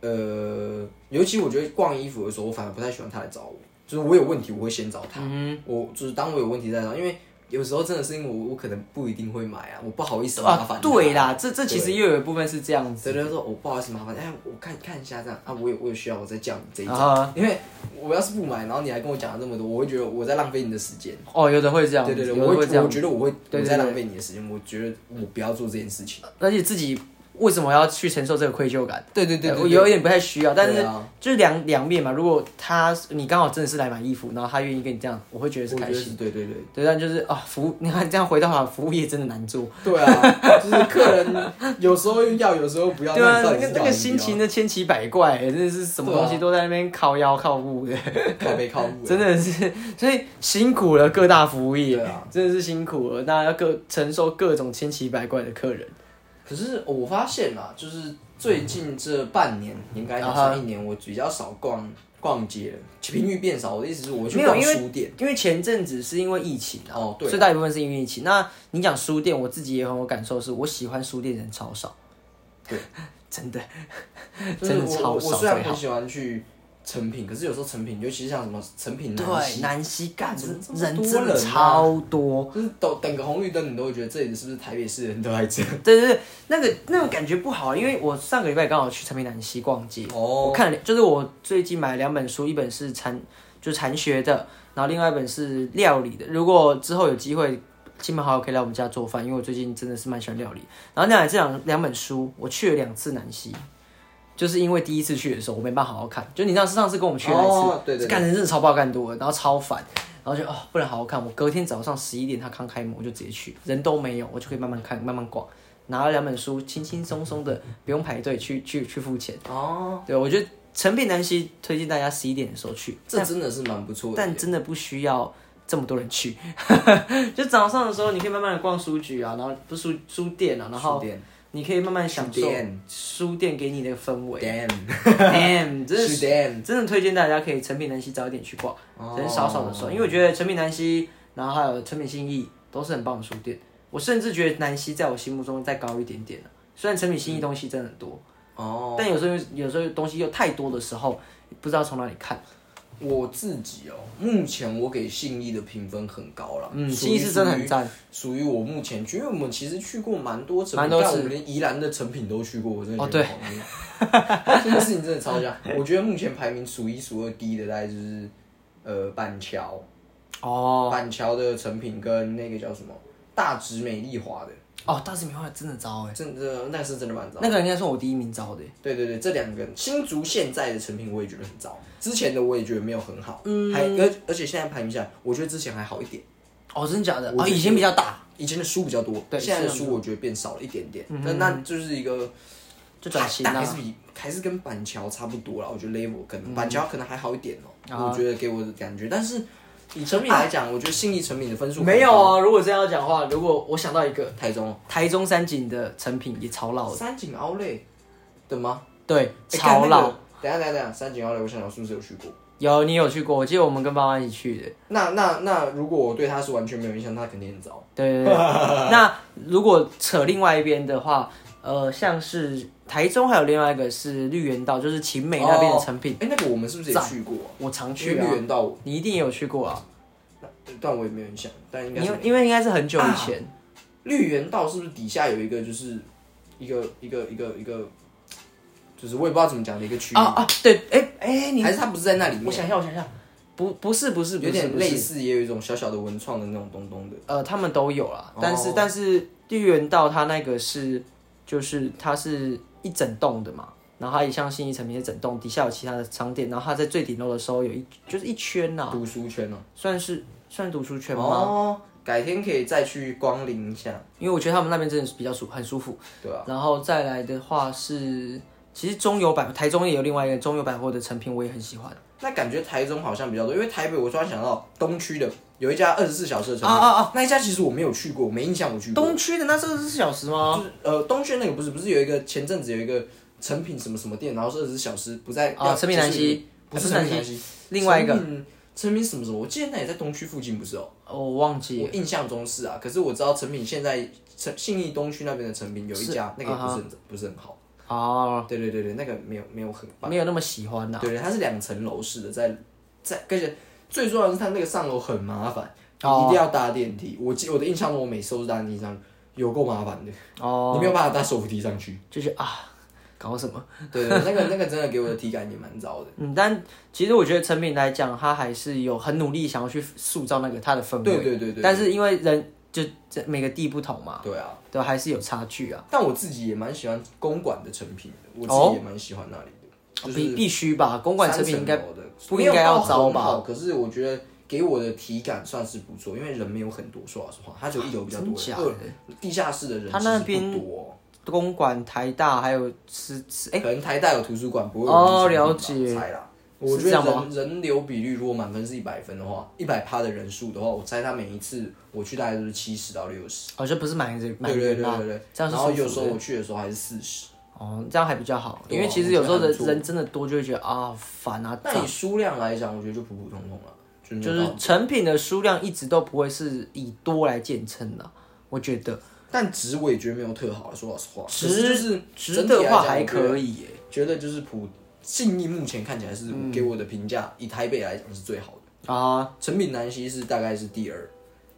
S2: 呃，尤其我觉得逛衣服的时候，我反而不太喜欢他来找我，就是我有问题我会先找他，
S1: 嗯
S2: 我就是当我有问题再找，因为有时候真的是因为我我可能不一定会买啊，我不好意思麻烦、
S1: 啊，对，啦，这这其实又有一部分是这样
S2: 所
S1: 子
S2: 以他说我不好意思麻烦，哎，我看看一下这样啊，我有我有需要我再叫你这一种，
S1: 啊，
S2: 因为我要是不买，然后你还跟我讲了这么多，我会觉得我在浪费你的时间。
S1: 哦，有的会这样子，
S2: 对对对，
S1: 有
S2: 我
S1: 的
S2: 会
S1: 会这样
S2: 我觉得我会
S1: 对对
S2: 我在
S1: 对
S2: 浪费你的时间，我觉得我不要做这件事情。
S1: 而且自己为什么要去承受这个愧疚感？
S2: 对对对对
S1: 我呃有一点不太需要，但
S2: 对
S1: 是
S2: 啊
S1: 就是两两面嘛。如果他你刚好真的是来买衣服，然后他愿意跟你这样，我会觉得是
S2: 我
S1: 开
S2: 觉得
S1: 心。
S2: 是对对对，
S1: 对，但就是啊，服务你看这样回到啊，服务业真的难做。
S2: 对 啊，就是客人有时候要，有时候不要，
S1: 对啊，
S2: 那
S1: 那
S2: 你到底
S1: 个
S2: 是
S1: 那
S2: 要
S1: 个心情的千奇百怪、欸真的是什么
S2: 对啊
S1: 东西都在那边靠腰靠物的，
S2: 靠背靠步，
S1: 真的是，所以辛苦了各大服务业，
S2: 对啊
S1: 真的是辛苦了，大家要各承受各种千奇百怪的客人。
S2: 可是呃我发现啦，就是最近这半年，应该
S1: 啊
S2: 讲
S1: 哈
S2: 是一年，我比较少逛逛街了，频率变少。我的意思是，我去
S1: 没有
S2: 逛
S1: 因为
S2: 书店。
S1: 因为前阵子是因为疫情啊，
S2: 哦对啊
S1: 最大一部分是因为疫情。那你讲书店，我自己也很有感受是，我喜欢书店人超少，
S2: 对，
S1: 真的，
S2: 就是
S1: 真的
S2: 我我
S1: 超
S2: 我
S1: 少，
S2: 虽然
S1: 最
S2: 很
S1: 好
S2: 喜欢去成品，可是有时候成品，尤其是像什么成品啊南
S1: 对，
S2: 西
S1: 南溪干
S2: 怎么这么多
S1: 人真的
S2: 人啊
S1: 超 多，
S2: 就是等等个红绿灯，你都会觉得这里是不是台北市人都来这？
S1: 对对对，那个那种感觉不好，因为我上个礼拜刚好去成品南溪逛街，
S2: 哦
S1: 我看了，就是我最近买了两本书，一本是禅就是禅学的，然后另外一本是料理的。如果之后有机会，亲朋好友可以来我们家做饭，因为我最近真的是蛮喜欢料理。然后那这两两本书，我去了两次南溪。就是因为第一次去的时候，我没办法好好看。就你上次上次跟我们去的那一次，
S2: 哦对对对
S1: 干人真的超爆干多的，然后超烦，然后就哦不能好好看。我隔天早上十一点他刚开门，我就直接去，人都没有，我就可以慢慢看慢慢逛，拿了两本书，轻轻松松的，不用排队去去去付钱。
S2: 哦，
S1: 对，我觉得成品南溪推荐大家十一点的时候去，
S2: 这真的是蛮不错的。
S1: 但真的不需要这么多人去。 就早上的时候，你可以慢慢的逛书局啊，然后不是书书店啊，然
S2: 书
S1: 后
S2: 店
S1: 你可以慢慢享
S2: 书
S1: 受
S2: 店
S1: 书店给你的 氛围。
S2: ，damn，
S1: Damn，真的
S2: 书
S1: 是
S2: 店。
S1: 真的推荐大家可以成品南溪早一点去逛，
S2: 哦
S1: 人少少的时候，因为我觉得成品南溪，然后还有成品信义都是很棒的书店。我甚至觉得南溪在我心目中再高一点点了、虽然成品信义东西真的很多。
S2: 哦，
S1: 但有时候有时候东西又太多的时候，不知道从哪里看。
S2: 我自己哦，目前我给信义的评分很高了，
S1: 嗯，
S2: 属
S1: 新
S2: 于
S1: 义是真的很赞，
S2: 属于我目前去，因为我们其实去过蛮多成品，
S1: 蛮多次
S2: 但我们连宜兰的成品都去过，我真的
S1: 哦
S2: 觉得很荒谬这件事情真的超像。 我觉得目前排名数一数二低的大概就是呃板桥，
S1: 哦
S2: 板桥的成品跟那个叫什么大直美丽华的，
S1: 哦，大石棉花真的糟哎，
S2: 真的那个是真的蛮糟。
S1: 那个应该算我第一名糟的欸。
S2: 对对对，这两个新竹现在的成品我也觉得很糟，之前的我也觉得没有很好，嗯，还而而且现在排名下来，我觉得之前还好一点，
S1: 哦，真的假的？
S2: 我
S1: 哦，以前比较大，
S2: 以前的书比较多，
S1: 对
S2: 现在的
S1: 是
S2: 书我觉得变少了一点点，
S1: 嗯
S2: 但那就是一个
S1: 就转型
S2: 啊但还
S1: 啦。
S2: 是比还是跟板桥差不多啦，我觉得 level 可能板桥可能还好一点哦、
S1: 嗯啊
S2: 我觉得给我的感觉，但是以成品来讲，我觉得信义成品的分数
S1: 没有
S2: 很高，
S1: 啊，如果这样要讲话，如果我想到一个
S2: 台中
S1: 台中三井的成品也超老的，
S2: 三井奥莱的吗？
S1: 对，
S2: 欸
S1: 超。
S2: 干那
S1: 老。
S2: 个等一下等一下等一下，三井奥莱，我想想，是不是有去过？
S1: 有你有去过？我记得我们跟爸妈一起去的。
S2: 那那那，如果我对他是完全没有印象，那肯 定很糟。
S1: 对对对。那如果扯另外一边的话，呃，像是台中还有另外一个是绿园道，就是秦美那边的成品，
S2: 哎、那个我们是不是也去过、
S1: 我常去
S2: 因
S1: 啊
S2: 为。绿园道，
S1: 你一定也有去过啊？
S2: 但我也没有印象，但应该
S1: 因
S2: 是
S1: 为因为应该是啊很久以前。
S2: 绿园道是不是底下有一个就是一个一个一个一个，就是我也不知道怎么讲的一个区域、
S1: 啊啊，对，哎哎，你
S2: 还是它不是在那里面？
S1: 我想一下，我想一下，不不是不是不
S2: 有
S1: 是
S2: 点
S1: 不是
S2: 类似，也有一种小小的文创的那种东东的。
S1: 呃，他们都有啦
S2: 哦，
S1: 但是、但是绿园道它那个是就是它是一整栋的嘛，然后它也像信义成品一整栋，底下有其他的商店，然后它在最顶楼的时候有一就是一圈呐、
S2: 读书圈哦、
S1: 算是算读书圈吗？
S2: 哦，改天可以再去光临一下。
S1: 因为我觉得他们那边真的是比较舒很舒服。
S2: 对啊，
S1: 然后再来的话是，其实中友百台中也有另外一个中友百货的成品，我也很喜欢。
S2: 那感觉台中好像比较多，因为台北我突然想到东区的有一家二十四小时的城
S1: 啊啊
S2: 那一家其实我没有去过，没印象我去过。
S1: 东区的那是二十四小时吗？
S2: 就是呃，东区那个不是不是有一个前阵子有一个成品什么什么店，然后是二十四小时不在
S1: 啊
S2: 要
S1: 成品南
S2: 就是哎
S1: 西
S2: 不是
S1: 啊
S2: 成
S1: 不是
S2: 品南
S1: 南
S2: 西，
S1: 另外一个
S2: 成品成品什么什么，我记得那也在东区附近不是哦，
S1: 哦我忘记
S2: 我
S1: 了。
S2: 印象中是啊，可是我知道成品现在成信义东区那边的成品有一家，那个也不是很、不
S1: 啊
S2: 是很好，
S1: 哦，
S2: 对对对对，那个没有没有很棒，
S1: 没有那么喜欢啊呐、
S2: 对对，它是两层楼式的，在在而且最重要的是它那个上楼很麻烦，你
S1: 哦
S2: 一定要搭电梯，我记我的印象中我每次都是搭电梯上去，有够麻烦的，
S1: 哦，
S2: 你没有办法搭手扶梯上去。
S1: 就是啊，搞什 么？
S2: 对，对那个那个真的给我的体感也蛮糟的。
S1: 嗯，但其实我觉得成品来讲，他还是有很努力想要去塑造那个他的氛围。
S2: 对对对对
S1: 但是因为人就这每个地不同嘛，
S2: 对啊，
S1: 对，还是有差距啊。
S2: 但我自己也蛮喜欢公馆的成品的，我自己也蛮喜欢那里的，就是
S1: 哦必必须吧，公馆成品应该
S2: 三层楼的
S1: 不应该要糟
S2: 没有到很
S1: 吧
S2: 好？可是我觉得给我的体感算是不错，因为人没有很多，说老实话，它就一楼比较多
S1: 真假
S2: 人，
S1: 的
S2: 二地下室的人
S1: 它那
S2: 其实不多，
S1: 公馆、台大还有是是哎，
S2: 可能台大有图书馆，不会有
S1: 哦
S2: 人
S1: 了
S2: 进去吧
S1: 解
S2: 猜啦。我
S1: 是
S2: 觉
S1: 这
S2: 得
S1: 样
S2: 人人流比率如果满分是一百分的话，一百趴的人数的话，我猜他每一次我去大概都是七十到六十。
S1: 哦，就不是满人满
S2: 对对
S1: 人
S2: 对
S1: 啦
S2: 对对，，
S1: 这样是
S2: 然后
S1: 舒服
S2: 有时候
S1: 的
S2: 我去的时候还是四十。
S1: 哦，这样还比较好，
S2: 对啊
S1: 因为其实有时候
S2: 我觉得还
S1: 人
S2: 不错
S1: 人真的多，就会觉得啊烦啊，
S2: 那以数量来讲，我觉得就普普通通了，就没
S1: 就
S2: 有到
S1: 是成品的数量一直都不会是以多来见称的，我觉得
S2: 但值我也觉得没有特好，说老实话，可是就
S1: 值
S2: 是
S1: 值
S2: 整体来
S1: 的话
S2: 讲
S1: 还
S2: 我觉得
S1: 可以耶，嗯
S2: 觉得就是普信义目前看起来是给我的评价，以台北来讲是最好的，
S1: 啊，
S2: 成品南西是大概是第二，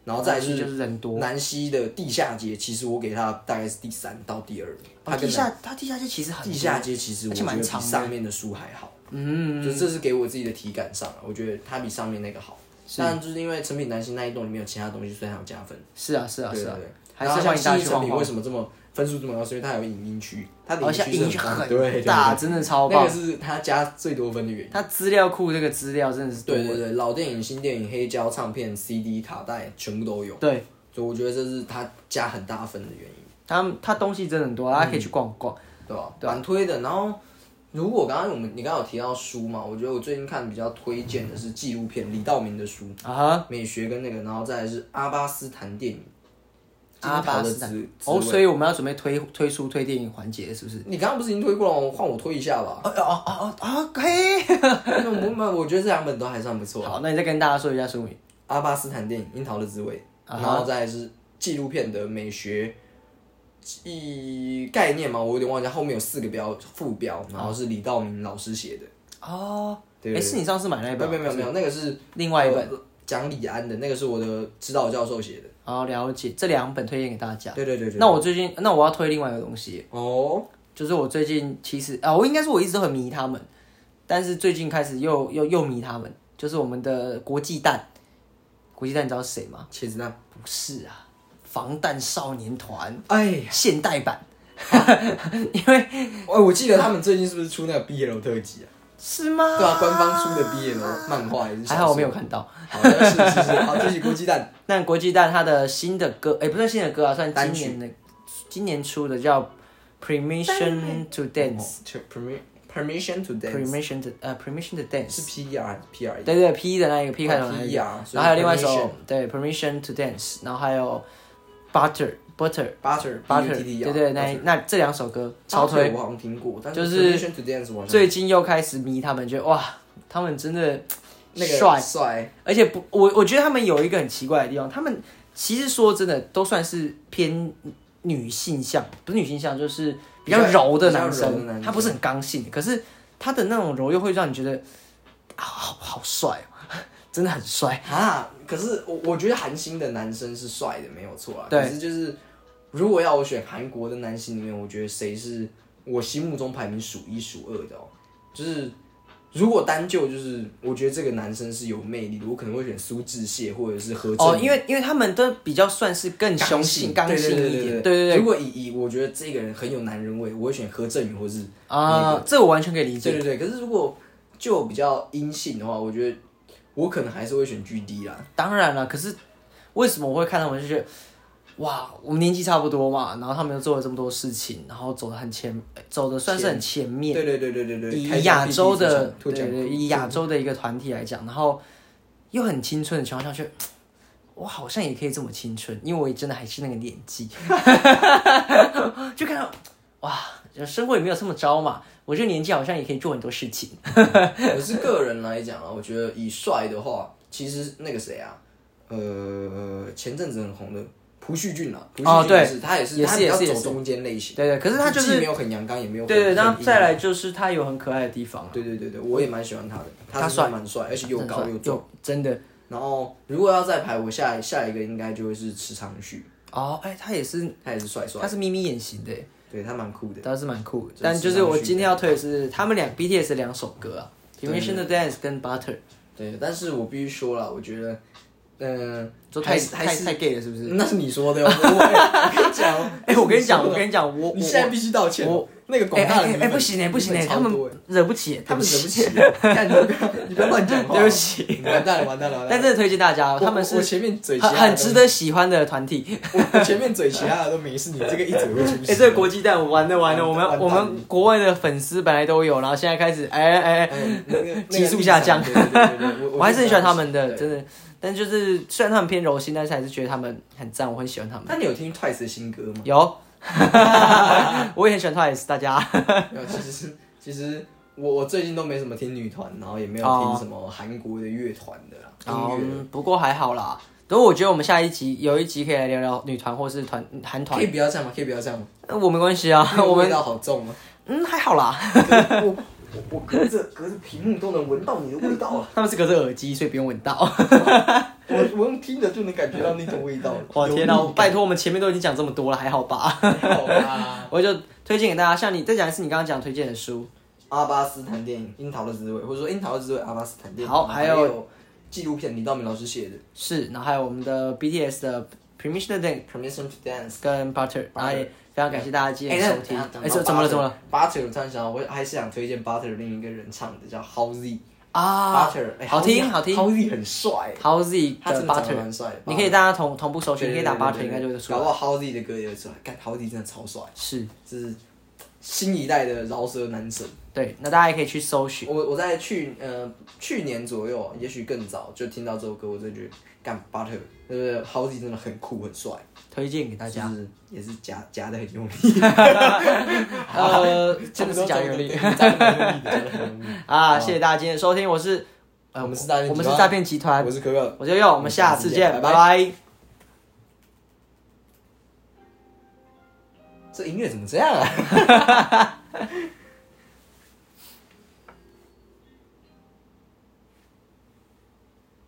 S2: 然后再来
S1: 南西就是人多
S2: 南西的地下街，其实我给它大概是第三到第二，它
S1: 哦
S2: 跟
S1: 地下它地下街其实很
S2: 地下街其实我
S1: 而
S2: 觉得
S1: 且蛮
S2: 比
S1: 长的
S2: 上面的书还好，
S1: 嗯，
S2: 就这是给我自己的体感上啊，我觉得它比上面那个好。当然，就是因为成品南西那一栋里面有其他东西，所以它有加分。
S1: 是啊是啊
S2: 对
S1: 是啊
S2: 对对，
S1: 还
S2: 然后
S1: 是
S2: 像
S1: 欢迎大
S2: 新
S1: 家
S2: 义
S1: 去
S2: 成
S1: 晃
S2: 品
S1: 晃
S2: 为，什么这么分数这么高？是因为它有影音区，它的
S1: 好哦像
S2: 影
S1: 影
S2: 区
S1: 区
S2: 是很大
S1: 很
S2: 对
S1: 大，
S2: 对
S1: 真的超
S2: 那
S1: 棒
S2: 个，是它加最多分的原因。
S1: 它资料库这个资料哦真的是多
S2: 对对对，老电影、新电影、黑胶唱片、CD、卡带全部都有，
S1: 对，
S2: 所以我觉得这是它加很大分的原因，嗯
S1: 他们他东西真的很多，大家可以去逛逛。
S2: 对吧？
S1: 啊
S2: 蛮推的。然后，如果刚刚我们你刚刚有提到书嘛，我觉得我最近看比较推荐的是纪录片，李道明的书，
S1: 啊哈，
S2: 美学跟那个，然后再来是阿巴斯坦电影，
S1: 阿巴斯
S2: 金
S1: 坦
S2: 桃的
S1: 哦，
S2: 滋滋味
S1: 所以我们要准备推推书推电影环节，是不是？
S2: 你刚刚不是已经推过了吗？换我推一下吧。
S1: 哦哦哦哦，嘿，
S2: 那我们我觉得这两本都还算不错。
S1: 好，那你再跟大家说一下书名。
S2: 阿巴斯坦电影《樱桃的滋味》
S1: 啊哈
S2: 然后再来是纪录片的美学记概念嘛，我有点忘记，后面有四个标副标，然后是李道明老师写的。
S1: 哦，
S2: 对
S1: 哎，是你上次买那一
S2: 没有
S1: 本哦
S2: 没有没有没有，那个是
S1: 另外一本
S2: 呃讲李安的，那个是我的指导教授写的。
S1: 哦，了解，这两本推荐给大家。
S2: 对对对对。
S1: 那我最近，那我要推另外一个东西，
S2: 哦，
S1: 就是我最近其实啊，我应该是我一直都很迷他们，但是最近开始又又又迷他们，就是我们的国际蛋。国际蛋，你知道是谁吗？
S2: 茄子蛋，
S1: 不是啊，防弹少年团
S2: 哎
S1: 现代版。
S2: 哎，我记得他们最近是不是出那个 BL 特辑啊？
S1: 是吗？
S2: 对啊，官方出的 BL 漫画也是。
S1: 还好我没有。看到。
S2: 好的，是是是，好，这是国鸡蛋。
S1: 但国际蛋它的新的歌，哎、不算新的歌啊，算
S2: 单
S1: 今
S2: 曲
S1: 年的，今年出的叫 Permission to Dance。
S2: To 哦 permi- Permission to dance
S1: Permission to 呃 Permission to Dance，
S2: 是 P R P R
S1: 对对 P 的那一个 P
S2: 哦
S1: 开头的那
S2: P
S1: 一个，
S2: E R，所以
S1: 然后还有另外一
S2: Permission
S1: 首对 Permission to Dance，然后还有 Butter， Butter
S2: Butter
S1: Butter，
S2: B U T T
S1: 对
S2: 啊
S1: 对，那那这两首歌超推，
S2: 推，我好像听过，但
S1: 就是
S2: Permission to Dance 我好像
S1: 最近又开始迷他们，觉得哇，他们真的
S2: 那
S1: 帅
S2: 个帅，
S1: 而且不，我我觉得他们有一个很奇怪的地方，他们其实说真的都算是偏女性向，不是女性向，就是比较柔的男
S2: 比较柔
S1: 生，
S2: 的男生
S1: 他不是很刚性，可是他的那种柔又会让你觉得啊好好帅哦， 真的很帅。
S2: 啊，可是我我觉得韩星的男生是帅的，没有错啊。
S1: 对
S2: 可是就是如果要我选韩国的男星里面，我觉得谁是我心目中排名数一数二的哦。就是如果单就就是，我觉得这个男生是有魅力的，我可能会选苏志燮或者是何
S1: 哦，
S2: 振。
S1: 因为因为他们都比较算是更雄性、刚性
S2: 对对
S1: 一
S2: 对
S1: 点，
S2: 对
S1: 对对对
S2: 如果以以我觉得这个人很有男人味，我会选何振宇或是
S1: 啊，这我完全可以理解。
S2: 对对对。可是如果就比较阴性的话，我觉得我可能还是会选 G D 啦。
S1: 啊当然了，可是为什么我会看他们就觉得，哇，我们年纪差不多嘛，然后他们又做了这么多事情，然后走的很前，走的算是很前面。
S2: 对对对对对对，开
S1: 以
S2: 疆
S1: 亚
S2: 辟地
S1: 洲
S2: 出
S1: 的
S2: 场
S1: 对对对，以亚洲的一个团体来讲，然后又很青春的情况下，却我好像也可以这么青春，因为我也真的还是那个年纪， 就看到哇，就生活也没有这么糟嘛，我这个年纪好像也可以做很多事情。
S2: 我是个人来讲啊，我觉得以帅的话，其实那个谁啊，呃，前阵子很红的朴叙俊啊，朴
S1: 哦
S2: 叙俊也是，他也是，
S1: 也是
S2: 他比较
S1: 也是也
S2: 走
S1: 是
S2: 中间类型，
S1: 对对，可是他就
S2: 既
S1: 是
S2: 没有很阳刚，也没有
S1: 对
S2: 很
S1: 对，然
S2: 很
S1: 后
S2: 阴
S1: 再来就是他有很可爱的地方，
S2: 对对对对，我也蛮喜欢他的，
S1: 他
S2: 是真的蛮帅，而且又高又壮。
S1: 又真的
S2: 然后如果要再排，我下下一个应该就会是池昌旭，
S1: 哦，哎，他也是
S2: 他也是帅帅，
S1: 他是眯眯眼型的，
S2: 对他蛮酷的。
S1: 倒是蛮酷的
S2: 就。是
S1: 但就是
S2: 蛮有
S1: 我
S2: 趣的
S1: 今天要推的是他们两 BTS 的两首歌啊，Permission to Dance 跟 Butter，
S2: 对，但是我必须说了，我觉得，嗯、
S1: 都太
S2: 还是还
S1: 太
S2: 是
S1: 太 gay 了，是不是？
S2: 那是你说的哦，我我跟你讲哦，
S1: 哎，我跟你
S2: 那
S1: 讲，
S2: 是
S1: 我
S2: 说的
S1: 跟你讲，我
S2: 你现在
S1: 我
S2: 必须道歉哦。那个
S1: 哎
S2: 广大的
S1: 哎
S2: 女
S1: 哎
S2: 粉
S1: 不行哎不行
S2: 女
S1: 哎，
S2: 粉
S1: 他
S2: 超
S1: 们
S2: 多哎
S1: 惹不起哎，
S2: 他们
S1: 对
S2: 惹
S1: 不
S2: 不
S1: 起
S2: 起，看你不要你不要乱讲话，
S1: 对不起。
S2: 完蛋了完蛋了完蛋了。
S1: 但真的推荐大家哦，
S2: 我
S1: 他们
S2: 我
S1: 是
S2: 前面嘴
S1: 很很值
S2: 得，
S1: 得喜欢的团体。
S2: 我前面嘴其他的都没事，你这个一嘴会出事。
S1: 哎，这个国际蛋完 了完了，我
S2: 完
S1: 们
S2: 蛋
S1: 我们国外的粉丝本来都有，然后现在开始哎哎哎，
S2: 哎那个
S1: 急速下降
S2: 对对对对对我
S1: 我还是很喜欢他们的，
S2: 对
S1: 真的。但就是虽然他们偏柔性，但是还是觉得他们很赞，我很 喜欢他们。
S2: 那你有听 Twice 的 新歌吗？
S1: 有，我也很喜欢 Twice，大家。
S2: 没有，其实其实我我最近都没什么听女团，然后也没有
S1: 哦
S2: 听什么韩国的乐团的啦，音乐
S1: 嗯，不过还好啦。不过我觉得我们下一集有一集可以来聊聊女团或是团韩团
S2: 可，以不要这样吗？可以不要这样吗？
S1: 呃 我没关系啊
S2: 那，个
S1: 我
S2: 味
S1: 们
S2: 道好重 啊！
S1: 嗯还好啦。
S2: 我我我隔着隔着屏幕都能闻到你的味道 啊！
S1: 他们是隔着耳机，所以不用闻 到。。
S2: 我我用听着就能感觉到那种味道了
S1: 我天哪，我嗯拜托，我们前面都已经讲这么多了，还好 吧？
S2: 好啦！
S1: 我就推荐给大家，像你再讲一次你刚刚讲推荐的书，
S2: 阿巴斯坦电影《樱桃的滋味》，或者说《樱桃的滋味》阿巴斯坦电影。
S1: 好还
S2: 还
S1: 有
S2: 纪录片李道明老师写的《
S1: 是，然后还有我们的 BTS 的 Permission to Dance
S2: Permission to Dance》。
S1: 跟 Butter，然后也非常感谢大家今
S2: 哎
S1: 天的收听。
S2: 那
S1: 哎，怎怎么了？怎么了？
S2: ？Butter，我突然想到，我还是想推荐 Butter 另一个人唱的叫 Howzy。
S1: 啊
S2: Butter，哎
S1: 好听
S2: Halsey-
S1: 好听
S2: Halsey 很帅，
S1: Howzy
S2: 他
S1: 的
S2: 真的长得
S1: Butter，
S2: 蛮帅的。
S1: 你可以大家同同步搜寻，
S2: 对对对
S1: 你可以打
S2: 对对
S1: Butter 应该就会出
S2: 搞
S1: 来。
S2: 不好 Howzy 的歌也会出来。看 Howzy 真的超帅，
S1: 是，
S2: 就是新一代的饶舌男神。
S1: 对，那大家也可以去搜寻。
S2: 我我在去呃去年左右，也许更早就听到这首歌，我就觉得干 Butter，呃 Howzy 真的很酷很帅，
S1: 推荐给 大家。
S2: 就是也是夹夹的很用力，
S1: 呃， 真的 是加油力
S2: 对夹得很用力的，夹得很 用力
S1: 啊！谢谢大家今天的收听，我是呃
S2: 嗯我们是诈骗集团
S1: 我们是诈骗集团
S2: 我，是可可。
S1: 我是佑，我们下次见，
S2: 我们下次见拜
S1: 拜拜。
S2: 这音乐怎么这样啊？